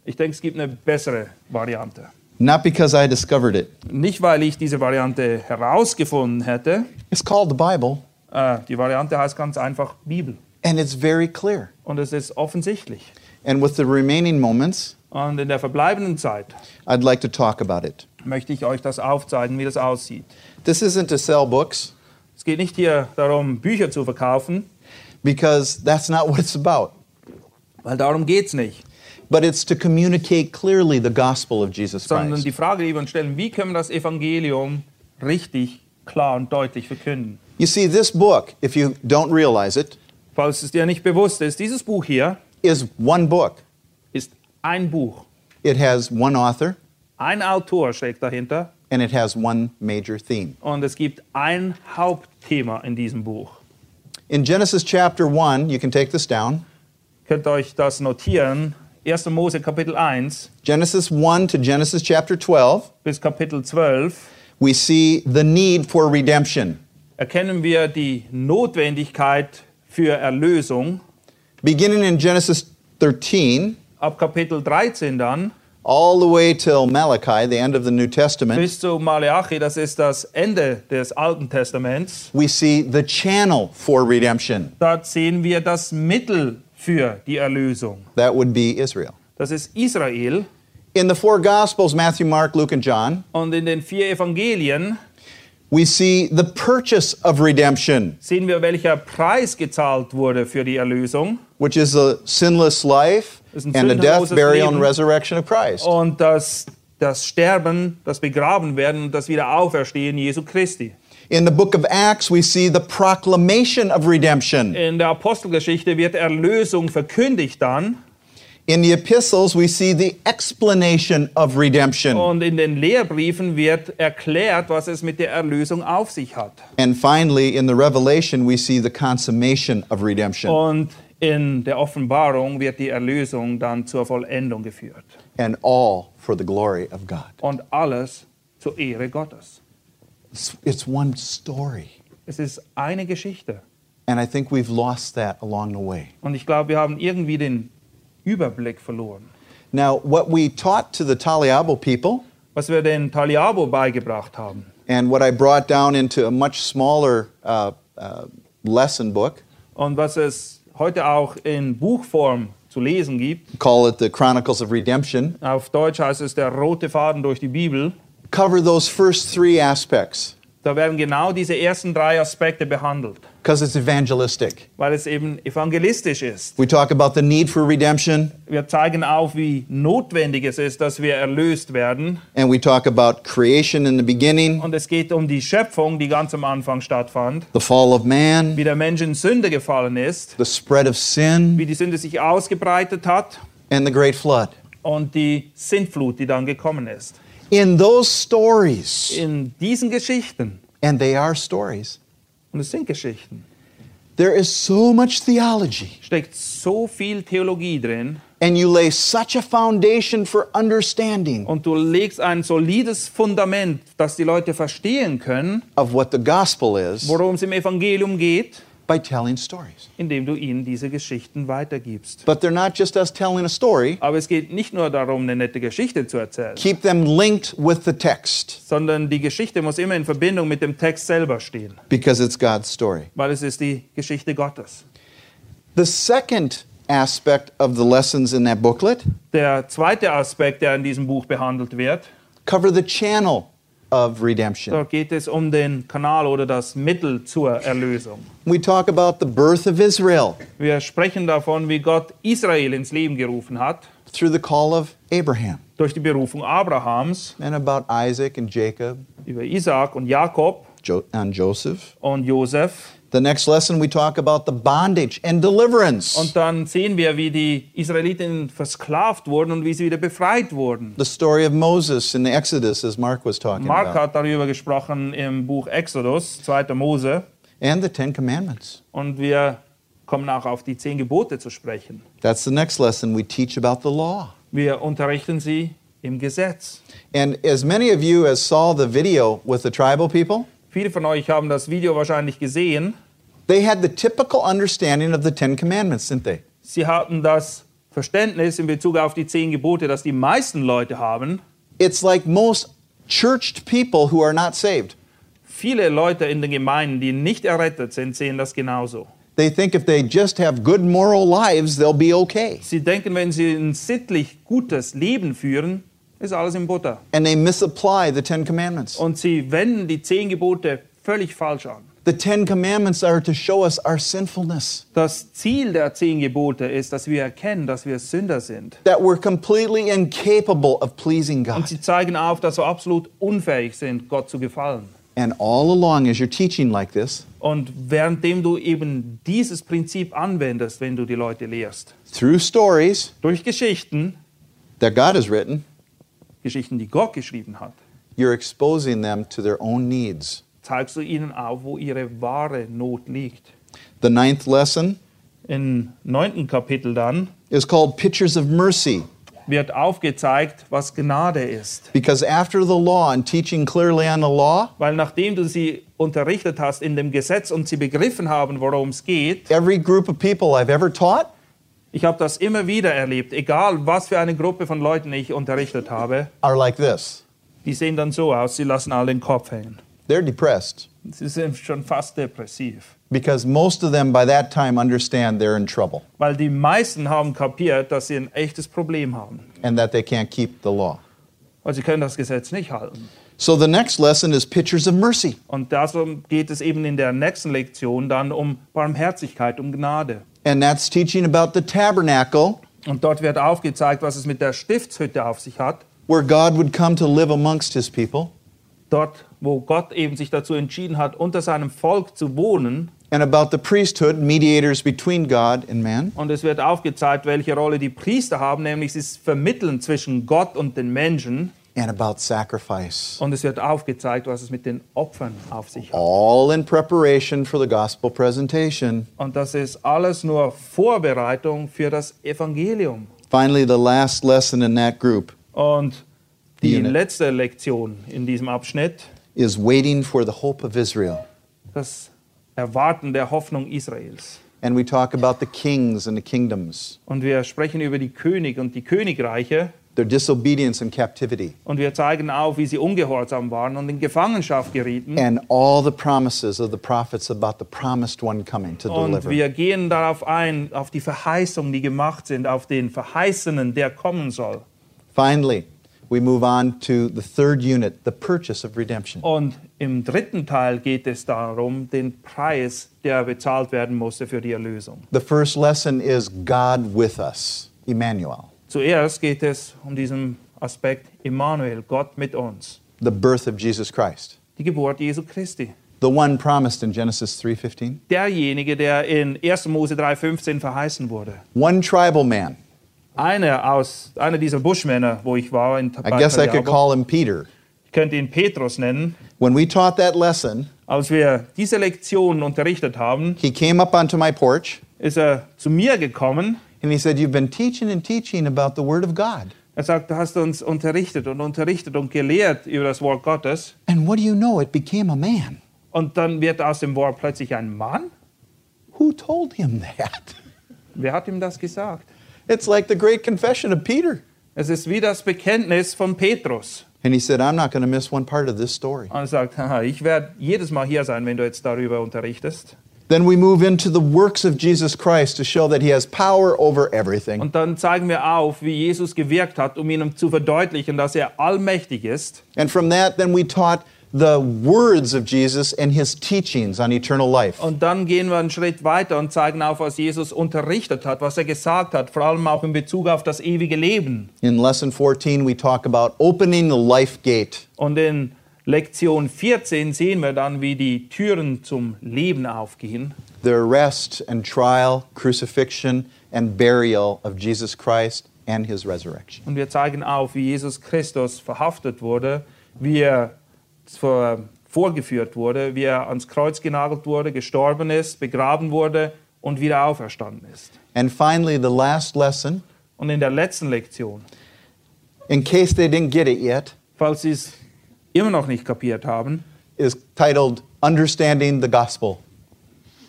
[SPEAKER 2] Ich denke, es gibt eine bessere Variante.
[SPEAKER 1] Not because I discovered it.
[SPEAKER 2] Nicht, weil ich diese Variante herausgefunden hätte.
[SPEAKER 1] It's called the Bible,
[SPEAKER 2] Äh, die Variante heißt ganz einfach Bibel.
[SPEAKER 1] and it's very clear.
[SPEAKER 2] Und es ist offensichtlich.
[SPEAKER 1] And with the remaining moments,
[SPEAKER 2] Und in der verbleibenden Zeit
[SPEAKER 1] I'd like to talk about it.
[SPEAKER 2] möchte ich euch das aufzeigen, wie das aussieht.
[SPEAKER 1] This isn't to sell books
[SPEAKER 2] Es geht nicht hier darum, Bücher zu verkaufen,
[SPEAKER 1] because that's not what it's about,
[SPEAKER 2] weil darum geht es nicht.
[SPEAKER 1] but it's to communicate clearly the gospel of Jesus
[SPEAKER 2] Sondern
[SPEAKER 1] Christ.
[SPEAKER 2] die Frage, die wir uns stellen, wie können wir das Evangelium richtig, klar und deutlich verkünden?
[SPEAKER 1] You see, this book, if you don't realize it,
[SPEAKER 2] Falls es dir nicht bewusst ist, dieses Buch hier
[SPEAKER 1] is one book.
[SPEAKER 2] ist ein Buch.
[SPEAKER 1] It has one author
[SPEAKER 2] Ein Autor steckt dahinter
[SPEAKER 1] and it has one major theme.
[SPEAKER 2] und es gibt ein Hauptthema in diesem Buch.
[SPEAKER 1] In Genesis chapter 1, you can take this down.
[SPEAKER 2] Könnt ihr euch das notieren? 1. Mose Kapitel 1
[SPEAKER 1] Genesis 1 to Genesis chapter 12,
[SPEAKER 2] bis Kapitel 12
[SPEAKER 1] we see the need for redemption.
[SPEAKER 2] erkennen wir die Notwendigkeit für Erlösung.
[SPEAKER 1] Beginning in Genesis 13,
[SPEAKER 2] Ab Kapitel 13 dann
[SPEAKER 1] all the way till Malachi, the end of the New Testament,
[SPEAKER 2] bis zu Maleachi, das ist das Ende des Alten Testaments,
[SPEAKER 1] we see the channel for redemption.
[SPEAKER 2] dort sehen wir das Mittel für die Erlösung.
[SPEAKER 1] That would be Israel.
[SPEAKER 2] Das ist Israel
[SPEAKER 1] In the four Gospels, Matthew, Mark, Luke, and John,
[SPEAKER 2] und in den vier Evangelien
[SPEAKER 1] we see the purchase of redemption,
[SPEAKER 2] sehen wir, welcher Preis gezahlt wurde für die Erlösung
[SPEAKER 1] which is the sinless life
[SPEAKER 2] Ist ein
[SPEAKER 1] and the death,
[SPEAKER 2] sündloses
[SPEAKER 1] burial, and
[SPEAKER 2] Leben.
[SPEAKER 1] resurrection of Christ.
[SPEAKER 2] und das, das Sterben, das Begrabenwerden und das Wiederauferstehen Jesu Christi.
[SPEAKER 1] In the book of Acts, we see the proclamation of redemption.
[SPEAKER 2] In der Apostelgeschichte wird Erlösung verkündigt dann
[SPEAKER 1] In the epistles, we see the explanation of redemption.
[SPEAKER 2] und in den Lehrbriefen wird erklärt, was es mit der Erlösung auf sich hat.
[SPEAKER 1] And finally, in the revelation, we see the consummation of redemption.
[SPEAKER 2] Und in der Offenbarung wird die Erlösung dann zur Vollendung geführt.
[SPEAKER 1] And all for the glory of God.
[SPEAKER 2] Und alles zur Ehre Gottes.
[SPEAKER 1] It's, it's one story.
[SPEAKER 2] Es ist eine Geschichte.
[SPEAKER 1] And I think we've lost that along the way.
[SPEAKER 2] Und ich glaube, wir haben irgendwie den Überblick verloren.
[SPEAKER 1] Now, what we taught to the Taliabo people,
[SPEAKER 2] Was wir den Taliabo beigebracht haben
[SPEAKER 1] and what I brought down into a much smaller uh, uh, lesson book,
[SPEAKER 2] und was es heute auch in Buchform zu lesen gibt,
[SPEAKER 1] call it the Chronicles of Redemption,
[SPEAKER 2] auf Deutsch heißt es der rote Faden durch die Bibel,
[SPEAKER 1] cover those first three aspects
[SPEAKER 2] Da werden genau diese ersten drei Aspekte behandelt,
[SPEAKER 1] because it's evangelistic.
[SPEAKER 2] weil es eben evangelistisch ist.
[SPEAKER 1] We talk about the need for redemption,
[SPEAKER 2] Wir zeigen auf, wie notwendig es ist, dass wir erlöst werden.
[SPEAKER 1] and we talk about creation in the beginning,
[SPEAKER 2] Und es geht um die Schöpfung, die ganz am Anfang stattfand,
[SPEAKER 1] the fall of man,
[SPEAKER 2] wie der Mensch in Sünde gefallen ist,
[SPEAKER 1] the spread of sin,
[SPEAKER 2] wie die Sünde sich ausgebreitet hat
[SPEAKER 1] and the great flood.
[SPEAKER 2] und die Sintflut, die dann gekommen ist.
[SPEAKER 1] In those stories,
[SPEAKER 2] In diesen Geschichten,
[SPEAKER 1] and they are stories,
[SPEAKER 2] und es sind Geschichten,
[SPEAKER 1] there is so much theology,
[SPEAKER 2] steckt so viel Theologie drin
[SPEAKER 1] and you lay such a foundation for understanding
[SPEAKER 2] und du legst ein solides Fundament, dass die Leute verstehen können,
[SPEAKER 1] of what the gospel is
[SPEAKER 2] worum es im Evangelium geht,
[SPEAKER 1] by telling stories.
[SPEAKER 2] indem du ihnen diese Geschichten weitergibst.
[SPEAKER 1] But they're not just us telling a story,
[SPEAKER 2] Aber es geht nicht nur darum, eine nette Geschichte zu erzählen,
[SPEAKER 1] keep them linked with the text
[SPEAKER 2] sondern die Geschichte muss immer in Verbindung mit dem Text selber stehen,
[SPEAKER 1] because it's God's story.
[SPEAKER 2] weil es ist die Geschichte Gottes.
[SPEAKER 1] The second aspect of the lessons in that booklet
[SPEAKER 2] Der zweite Aspekt, der in diesem Buch behandelt wird,
[SPEAKER 1] cover the channel of redemption.
[SPEAKER 2] da geht es um den Kanal oder das Mittel zur Erlösung.
[SPEAKER 1] We talk about the birth of Israel
[SPEAKER 2] Wir sprechen davon, wie Gott Israel ins Leben gerufen hat
[SPEAKER 1] through the call of Abraham
[SPEAKER 2] durch die Berufung Abrahams
[SPEAKER 1] and about Isaac and Jacob
[SPEAKER 2] über Isaak und Jakob
[SPEAKER 1] Jo- and Joseph.
[SPEAKER 2] und Josef.
[SPEAKER 1] The next lesson we talk about the bondage and deliverance.
[SPEAKER 2] Und dann sehen wir, wie die Israeliten versklavt wurden und wie sie wieder befreit wurden.
[SPEAKER 1] the story of Moses in the Exodus as Mark was talking
[SPEAKER 2] Mark
[SPEAKER 1] about
[SPEAKER 2] hat darüber gesprochen im Buch Exodus, 2. Mose.
[SPEAKER 1] and the 10 commandments.
[SPEAKER 2] Und wir kommen auch auf die zehn Gebote zu sprechen.
[SPEAKER 1] That's the next lesson we teach about the law.
[SPEAKER 2] Wir unterrichten sie im Gesetz.
[SPEAKER 1] And as many of you as saw the video with the tribal people,
[SPEAKER 2] Viele von euch haben das Video wahrscheinlich gesehen.
[SPEAKER 1] they had the typical understanding of the Ten Commandments, didn't they?
[SPEAKER 2] Sie hatten das Verständnis in Bezug auf die zehn Gebote, das die meisten Leute haben.
[SPEAKER 1] It's like most churched people who are not saved.
[SPEAKER 2] Viele Leute in den Gemeinden, die nicht errettet sind, sehen das genauso.
[SPEAKER 1] They think if they just have good moral lives, they'll be okay.
[SPEAKER 2] Sie denken, wenn sie ein sittlich gutes Leben führen, ist alles in Butter.
[SPEAKER 1] And they misapply the Ten Commandments.
[SPEAKER 2] Und sie wenden die zehn Gebote völlig falsch an.
[SPEAKER 1] The Ten Commandments are to show us our sinfulness,
[SPEAKER 2] Das Ziel der zehn Gebote ist, dass wir erkennen, dass wir Sünder sind.
[SPEAKER 1] that we're completely incapable of pleasing
[SPEAKER 2] Und
[SPEAKER 1] God.
[SPEAKER 2] sie zeigen auf, dass wir absolut unfähig sind, Gott zu gefallen.
[SPEAKER 1] And all along, as you're teaching like this,
[SPEAKER 2] Und währenddem du eben dieses Prinzip anwendest, wenn du die Leute lehrst,
[SPEAKER 1] through stories
[SPEAKER 2] durch Geschichten,
[SPEAKER 1] that God has written,
[SPEAKER 2] Geschichten, die Gott geschrieben hat,
[SPEAKER 1] you're exposing them to their own needs.
[SPEAKER 2] zeigst du ihnen auf, wo ihre wahre Not liegt.
[SPEAKER 1] The ninth lesson
[SPEAKER 2] Im neunten Kapitel dann
[SPEAKER 1] is called Pictures of Mercy,
[SPEAKER 2] wird aufgezeigt, was Gnade ist.
[SPEAKER 1] because after the law and teaching clearly on the law,
[SPEAKER 2] Weil nachdem du sie unterrichtet hast in dem Gesetz und sie begriffen haben, worum es geht,
[SPEAKER 1] every group of people I've ever taught,
[SPEAKER 2] ich habe das immer wieder erlebt, egal was für eine Gruppe von Leuten ich unterrichtet habe,
[SPEAKER 1] are like this.
[SPEAKER 2] die sehen dann so aus, sie lassen alle den Kopf hängen.
[SPEAKER 1] They're depressed
[SPEAKER 2] Sie sind schon fast depressiv.
[SPEAKER 1] because most of them by that time understand they're in trouble
[SPEAKER 2] Weil die meisten haben kapiert, dass sie ein echtes Problem haben.
[SPEAKER 1] and that they can't keep the law.
[SPEAKER 2] Weil sie können das Gesetz nicht halten.
[SPEAKER 1] So the next lesson is Pictures of Mercy.
[SPEAKER 2] Und darum geht es eben in der nächsten Lektion dann um Barmherzigkeit, um Gnade.
[SPEAKER 1] And that's teaching about the tabernacle
[SPEAKER 2] Und dort wird aufgezeigt, was es mit der Stiftshütte auf sich hat.
[SPEAKER 1] where God would come to live amongst his people
[SPEAKER 2] Dort, wo Gott eben sich dazu entschieden hat, unter seinem Volk zu wohnen.
[SPEAKER 1] and about the priesthood, mediators between God and man.
[SPEAKER 2] Und es wird aufgezeigt, welche Rolle die Priester haben, nämlich sie vermitteln zwischen Gott und den Menschen.
[SPEAKER 1] and about sacrifice.
[SPEAKER 2] Und es wird aufgezeigt, was es mit den Opfern auf sich hat.
[SPEAKER 1] All in preparation for the gospel presentation.
[SPEAKER 2] Und das ist alles nur Vorbereitung für das Evangelium.
[SPEAKER 1] Finally, the last lesson in that group
[SPEAKER 2] Und die
[SPEAKER 1] Unit.
[SPEAKER 2] letzte Lektion in diesem Abschnitt,
[SPEAKER 1] is waiting for the hope of Israel.
[SPEAKER 2] das Erwarten der Hoffnung Israels.
[SPEAKER 1] And we talk about the kings and the kingdoms,
[SPEAKER 2] Und wir sprechen über die König und die Königreiche.
[SPEAKER 1] their disobedience and captivity,
[SPEAKER 2] Und wir zeigen auf, wie sie ungehorsam waren und in Gefangenschaft gerieten.
[SPEAKER 1] and all the promises of the prophets about the promised one coming to
[SPEAKER 2] Und
[SPEAKER 1] deliver.
[SPEAKER 2] wir gehen darauf ein, auf die Verheißungen, die gemacht sind, auf den Verheißenen, der kommen soll.
[SPEAKER 1] Finally, we move on to the third unit the purchase of redemption.
[SPEAKER 2] Und im dritten Teil geht es darum, den Preis, der bezahlt werden musste für die Erlösung.
[SPEAKER 1] The first lesson is God with us, Emmanuel,
[SPEAKER 2] Zuerst geht es um diesen Aspekt Emmanuel, Gott mit uns,
[SPEAKER 1] the birth of Jesus Christ,
[SPEAKER 2] die Geburt Jesu Christi.
[SPEAKER 1] the one promised in Genesis 3:15.
[SPEAKER 2] Derjenige, der in 1. Mose 3,15 verheißen wurde.
[SPEAKER 1] One tribal man.
[SPEAKER 2] Einer, aus, einer dieser Buschmänner, wo ich war in
[SPEAKER 1] I guess I could call him Peter.
[SPEAKER 2] ich könnte ihn Petrus nennen.
[SPEAKER 1] When we taught that lesson,
[SPEAKER 2] Als wir diese Lektion unterrichtet haben,
[SPEAKER 1] he came up onto my porch
[SPEAKER 2] ist er zu mir gekommen.
[SPEAKER 1] and he said, "You've been teaching and teaching about the word of God.
[SPEAKER 2] Er sagt, du hast uns unterrichtet und unterrichtet und gelehrt über das Wort Gottes.
[SPEAKER 1] And what do you know? It became a man.
[SPEAKER 2] Und dann wird aus dem Wort plötzlich ein Mann?
[SPEAKER 1] Who told him that?"
[SPEAKER 2] Wer hat ihm das gesagt?
[SPEAKER 1] It's like the great confession of Peter.
[SPEAKER 2] Es ist wie das Bekenntnis von Petrus.
[SPEAKER 1] And he said, "I'm not going to miss one part of this story."
[SPEAKER 2] Und er sagt, Haha, ich werde jedes Mal hier sein, wenn du jetzt darüber unterrichtest.
[SPEAKER 1] Then we move into the works of Jesus Christ to show that he has power over everything.
[SPEAKER 2] Und dann zeigen wir auf, wie Jesus gewirkt hat, um ihnen zu verdeutlichen, dass er allmächtig ist.
[SPEAKER 1] And from that, then we taught the words of Jesus and his teachings on eternal life.
[SPEAKER 2] Und dann gehen wir einen Schritt weiter und zeigen auf, was Jesus unterrichtet hat, was er gesagt hat, vor allem auch in Bezug auf das ewige Leben.
[SPEAKER 1] In lesson 14, we talk about opening the life gate.
[SPEAKER 2] Und in Lektion 14 sehen wir dann, wie die Türen zum Leben aufgehen.
[SPEAKER 1] The arrest and trial, crucifixion, and burial of Jesus Christ and his resurrection.
[SPEAKER 2] Und wir zeigen auf, wie Jesus Christus verhaftet wurde, wie er vor- vorgeführt wurde, wie er ans Kreuz genagelt wurde, gestorben ist, begraben wurde und wieder auferstanden ist.
[SPEAKER 1] And finally, the last lesson,
[SPEAKER 2] Und in der letzten Lektion,
[SPEAKER 1] in case they didn't get it yet,
[SPEAKER 2] falls Sie es immer noch nicht kapiert haben,
[SPEAKER 1] is titled Understanding the Gospel.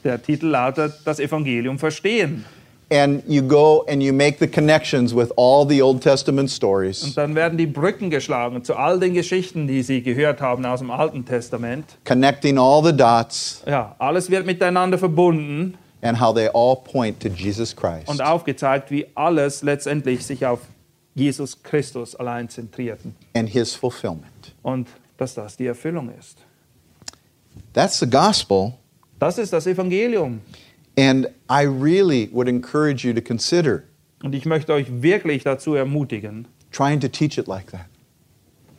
[SPEAKER 2] der Titel lautet Das Evangelium verstehen.
[SPEAKER 1] And you go and you make the connections with all the Old Testament stories,
[SPEAKER 2] Und dann werden die Brücken geschlagen zu all den Geschichten, die Sie gehört haben aus dem Alten Testament.
[SPEAKER 1] connecting all the dots
[SPEAKER 2] Ja, alles wird miteinander verbunden
[SPEAKER 1] and how they all point to Jesus Christ.
[SPEAKER 2] und aufgezeigt, wie alles letztendlich sich auf Jesus Christus allein zentriert
[SPEAKER 1] and his fulfillment.
[SPEAKER 2] und dass das die Erfüllung ist.
[SPEAKER 1] That's the gospel,
[SPEAKER 2] Das ist das Evangelium.
[SPEAKER 1] and I really would encourage you to consider
[SPEAKER 2] Und ich möchte euch wirklich dazu ermutigen,
[SPEAKER 1] trying to teach it like that.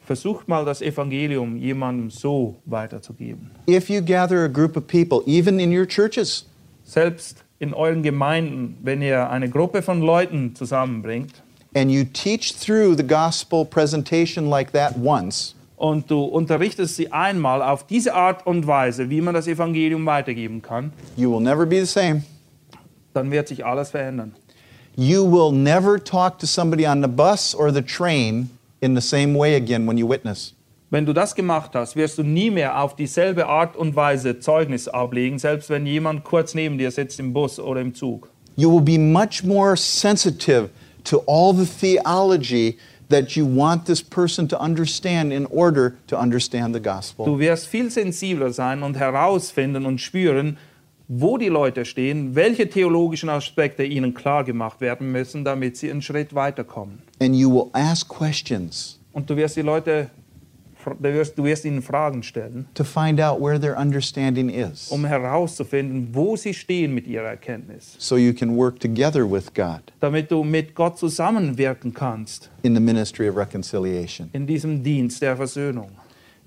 [SPEAKER 2] versucht mal das Evangelium jemandem so weiterzugeben.
[SPEAKER 1] If you gather a group of people, even in your churches,
[SPEAKER 2] Selbst in euren Gemeinden, wenn ihr eine Gruppe von Leuten zusammenbringt
[SPEAKER 1] and you teach through the gospel presentation like that once,
[SPEAKER 2] und du unterrichtest sie einmal auf diese Art und Weise, wie man das Evangelium weitergeben kann,
[SPEAKER 1] you will never be the same.
[SPEAKER 2] dann wird sich alles verändern.
[SPEAKER 1] You will never talk to somebody on the bus or the train in the same way again when you witness.
[SPEAKER 2] Wenn du das gemacht hast, wirst du nie mehr auf dieselbe Art und Weise Zeugnis ablegen, selbst wenn jemand kurz neben dir sitzt im Bus oder im Zug.
[SPEAKER 1] You will be much more sensitive to all the theology that you want this person to understand in order to understand the gospel.
[SPEAKER 2] Du wirst viel sensibler sein und herausfinden und spüren, wo die Leute stehen, welche theologischen Aspekte ihnen klar gemacht werden müssen, damit sie einen Schritt weiterkommen.
[SPEAKER 1] And you will ask questions
[SPEAKER 2] Und du wirst die Leute, fr- du wirst, du wirst ihnen Fragen stellen,
[SPEAKER 1] to find out where their understanding is
[SPEAKER 2] um herauszufinden, wo sie stehen mit ihrer Erkenntnis,
[SPEAKER 1] so you can work together with God
[SPEAKER 2] damit du mit Gott zusammenwirken kannst
[SPEAKER 1] in the ministry of reconciliation.
[SPEAKER 2] in diesem Dienst der Versöhnung.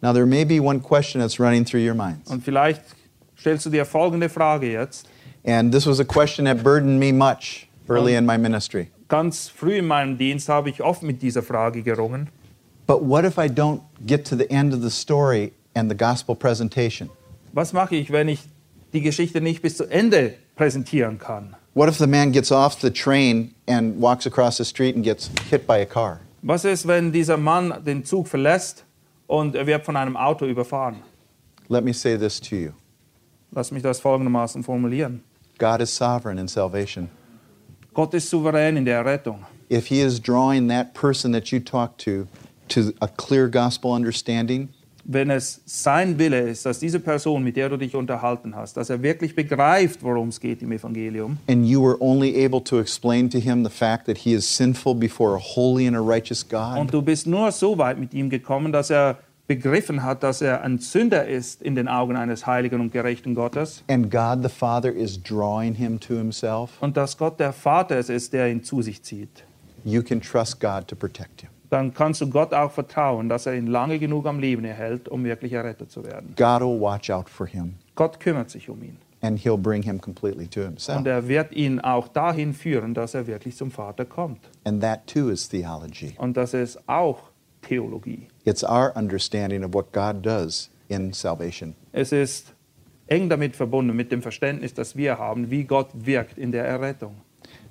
[SPEAKER 1] Now, there may be one question that's running through your minds.
[SPEAKER 2] Und vielleicht stellst du dir folgende Frage jetzt.
[SPEAKER 1] And this was a question that burdened me much early in my ministry.
[SPEAKER 2] Ganz früh in meinem Dienst habe ich oft mit dieser Frage gerungen.
[SPEAKER 1] But what if I don't get to the end of the story and the gospel presentation?
[SPEAKER 2] Was mache ich, wenn ich die Geschichte nicht bis zu Ende präsentieren kann?
[SPEAKER 1] What if the man gets off the train and walks across the street and gets hit by a car?
[SPEAKER 2] Was ist, wenn dieser Mann den Zug verlässt und er wird von einem Auto überfahren?
[SPEAKER 1] Let me say this to you
[SPEAKER 2] Lass mich das folgendermaßen formulieren.
[SPEAKER 1] God is sovereign in salvation.
[SPEAKER 2] Gott ist souverän in der Errettung.
[SPEAKER 1] If He is drawing that person that you talk to to a clear gospel understanding,
[SPEAKER 2] wenn es sein Wille ist, dass diese Person, mit der du dich unterhalten hast, dass er wirklich begreift, worum es geht im Evangelium,
[SPEAKER 1] and you were only able to explain to him the fact that he is sinful before a holy and a righteous God,
[SPEAKER 2] und du bist nur so weit mit ihm gekommen, dass er begriffen hat, dass er ein Sünder ist in den Augen eines heiligen und gerechten Gottes
[SPEAKER 1] and God the Father is drawing him to himself,
[SPEAKER 2] und dass Gott der Vater es ist, der ihn zu sich zieht,
[SPEAKER 1] you can trust God to protect him.
[SPEAKER 2] dann kannst du Gott auch vertrauen, dass er ihn lange genug am Leben erhält, um wirklich errettet zu werden.
[SPEAKER 1] God will watch out for him,
[SPEAKER 2] Gott kümmert sich um ihn.
[SPEAKER 1] and he'll bring him completely to himself.
[SPEAKER 2] Und er wird ihn auch dahin führen, dass er wirklich zum Vater kommt.
[SPEAKER 1] And that too is theology.
[SPEAKER 2] Und das ist auch Theologie.
[SPEAKER 1] It's our understanding of what God does in salvation.
[SPEAKER 2] Es ist eng damit verbunden, mit dem Verständnis, das wir haben, wie Gott wirkt in der Errettung.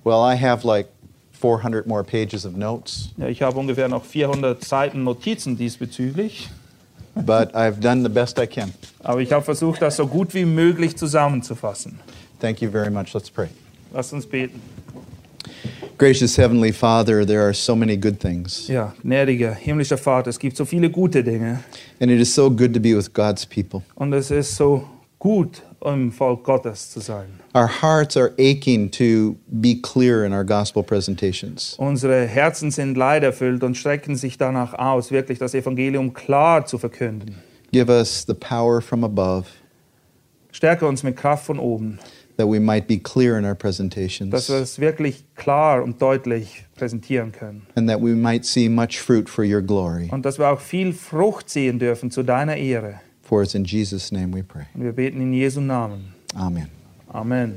[SPEAKER 1] Well, I have like 400 more pages of notes,
[SPEAKER 2] Ja, ich habe ungefähr noch 400 Seiten Notizen diesbezüglich,
[SPEAKER 1] but I've done the best I can.
[SPEAKER 2] aber ich habe versucht, das so gut wie möglich zusammenzufassen.
[SPEAKER 1] Thank you very much. Let's pray.
[SPEAKER 2] Lasst uns beten.
[SPEAKER 1] Gracious Heavenly Father, there are so many good things,
[SPEAKER 2] Ja, gnädiger, himmlischer Vater, es gibt so viele gute Dinge
[SPEAKER 1] and it is so good to be with God's people.
[SPEAKER 2] und es ist so gut, im Volk Gottes zu sein.
[SPEAKER 1] Our hearts are aching to be clear in our gospel presentations.
[SPEAKER 2] Unsere Herzen sind leiderfüllt und strecken sich danach aus, wirklich das Evangelium klar zu verkünden.
[SPEAKER 1] Give us the power from above
[SPEAKER 2] Stärke uns mit Kraft von oben,
[SPEAKER 1] that we might be clear in our
[SPEAKER 2] dass wir
[SPEAKER 1] presentations
[SPEAKER 2] es wirklich klar und deutlich präsentieren können.
[SPEAKER 1] and that we might see much fruit for your glory.
[SPEAKER 2] Und dass wir auch viel Frucht sehen dürfen zu deiner Ehre.
[SPEAKER 1] For it's in Jesus' name we pray.
[SPEAKER 2] Und wir beten in Jesu Namen.
[SPEAKER 1] Amen.
[SPEAKER 2] Amen.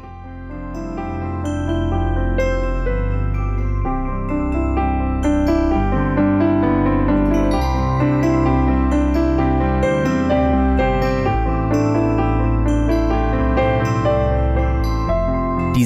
[SPEAKER 3] Die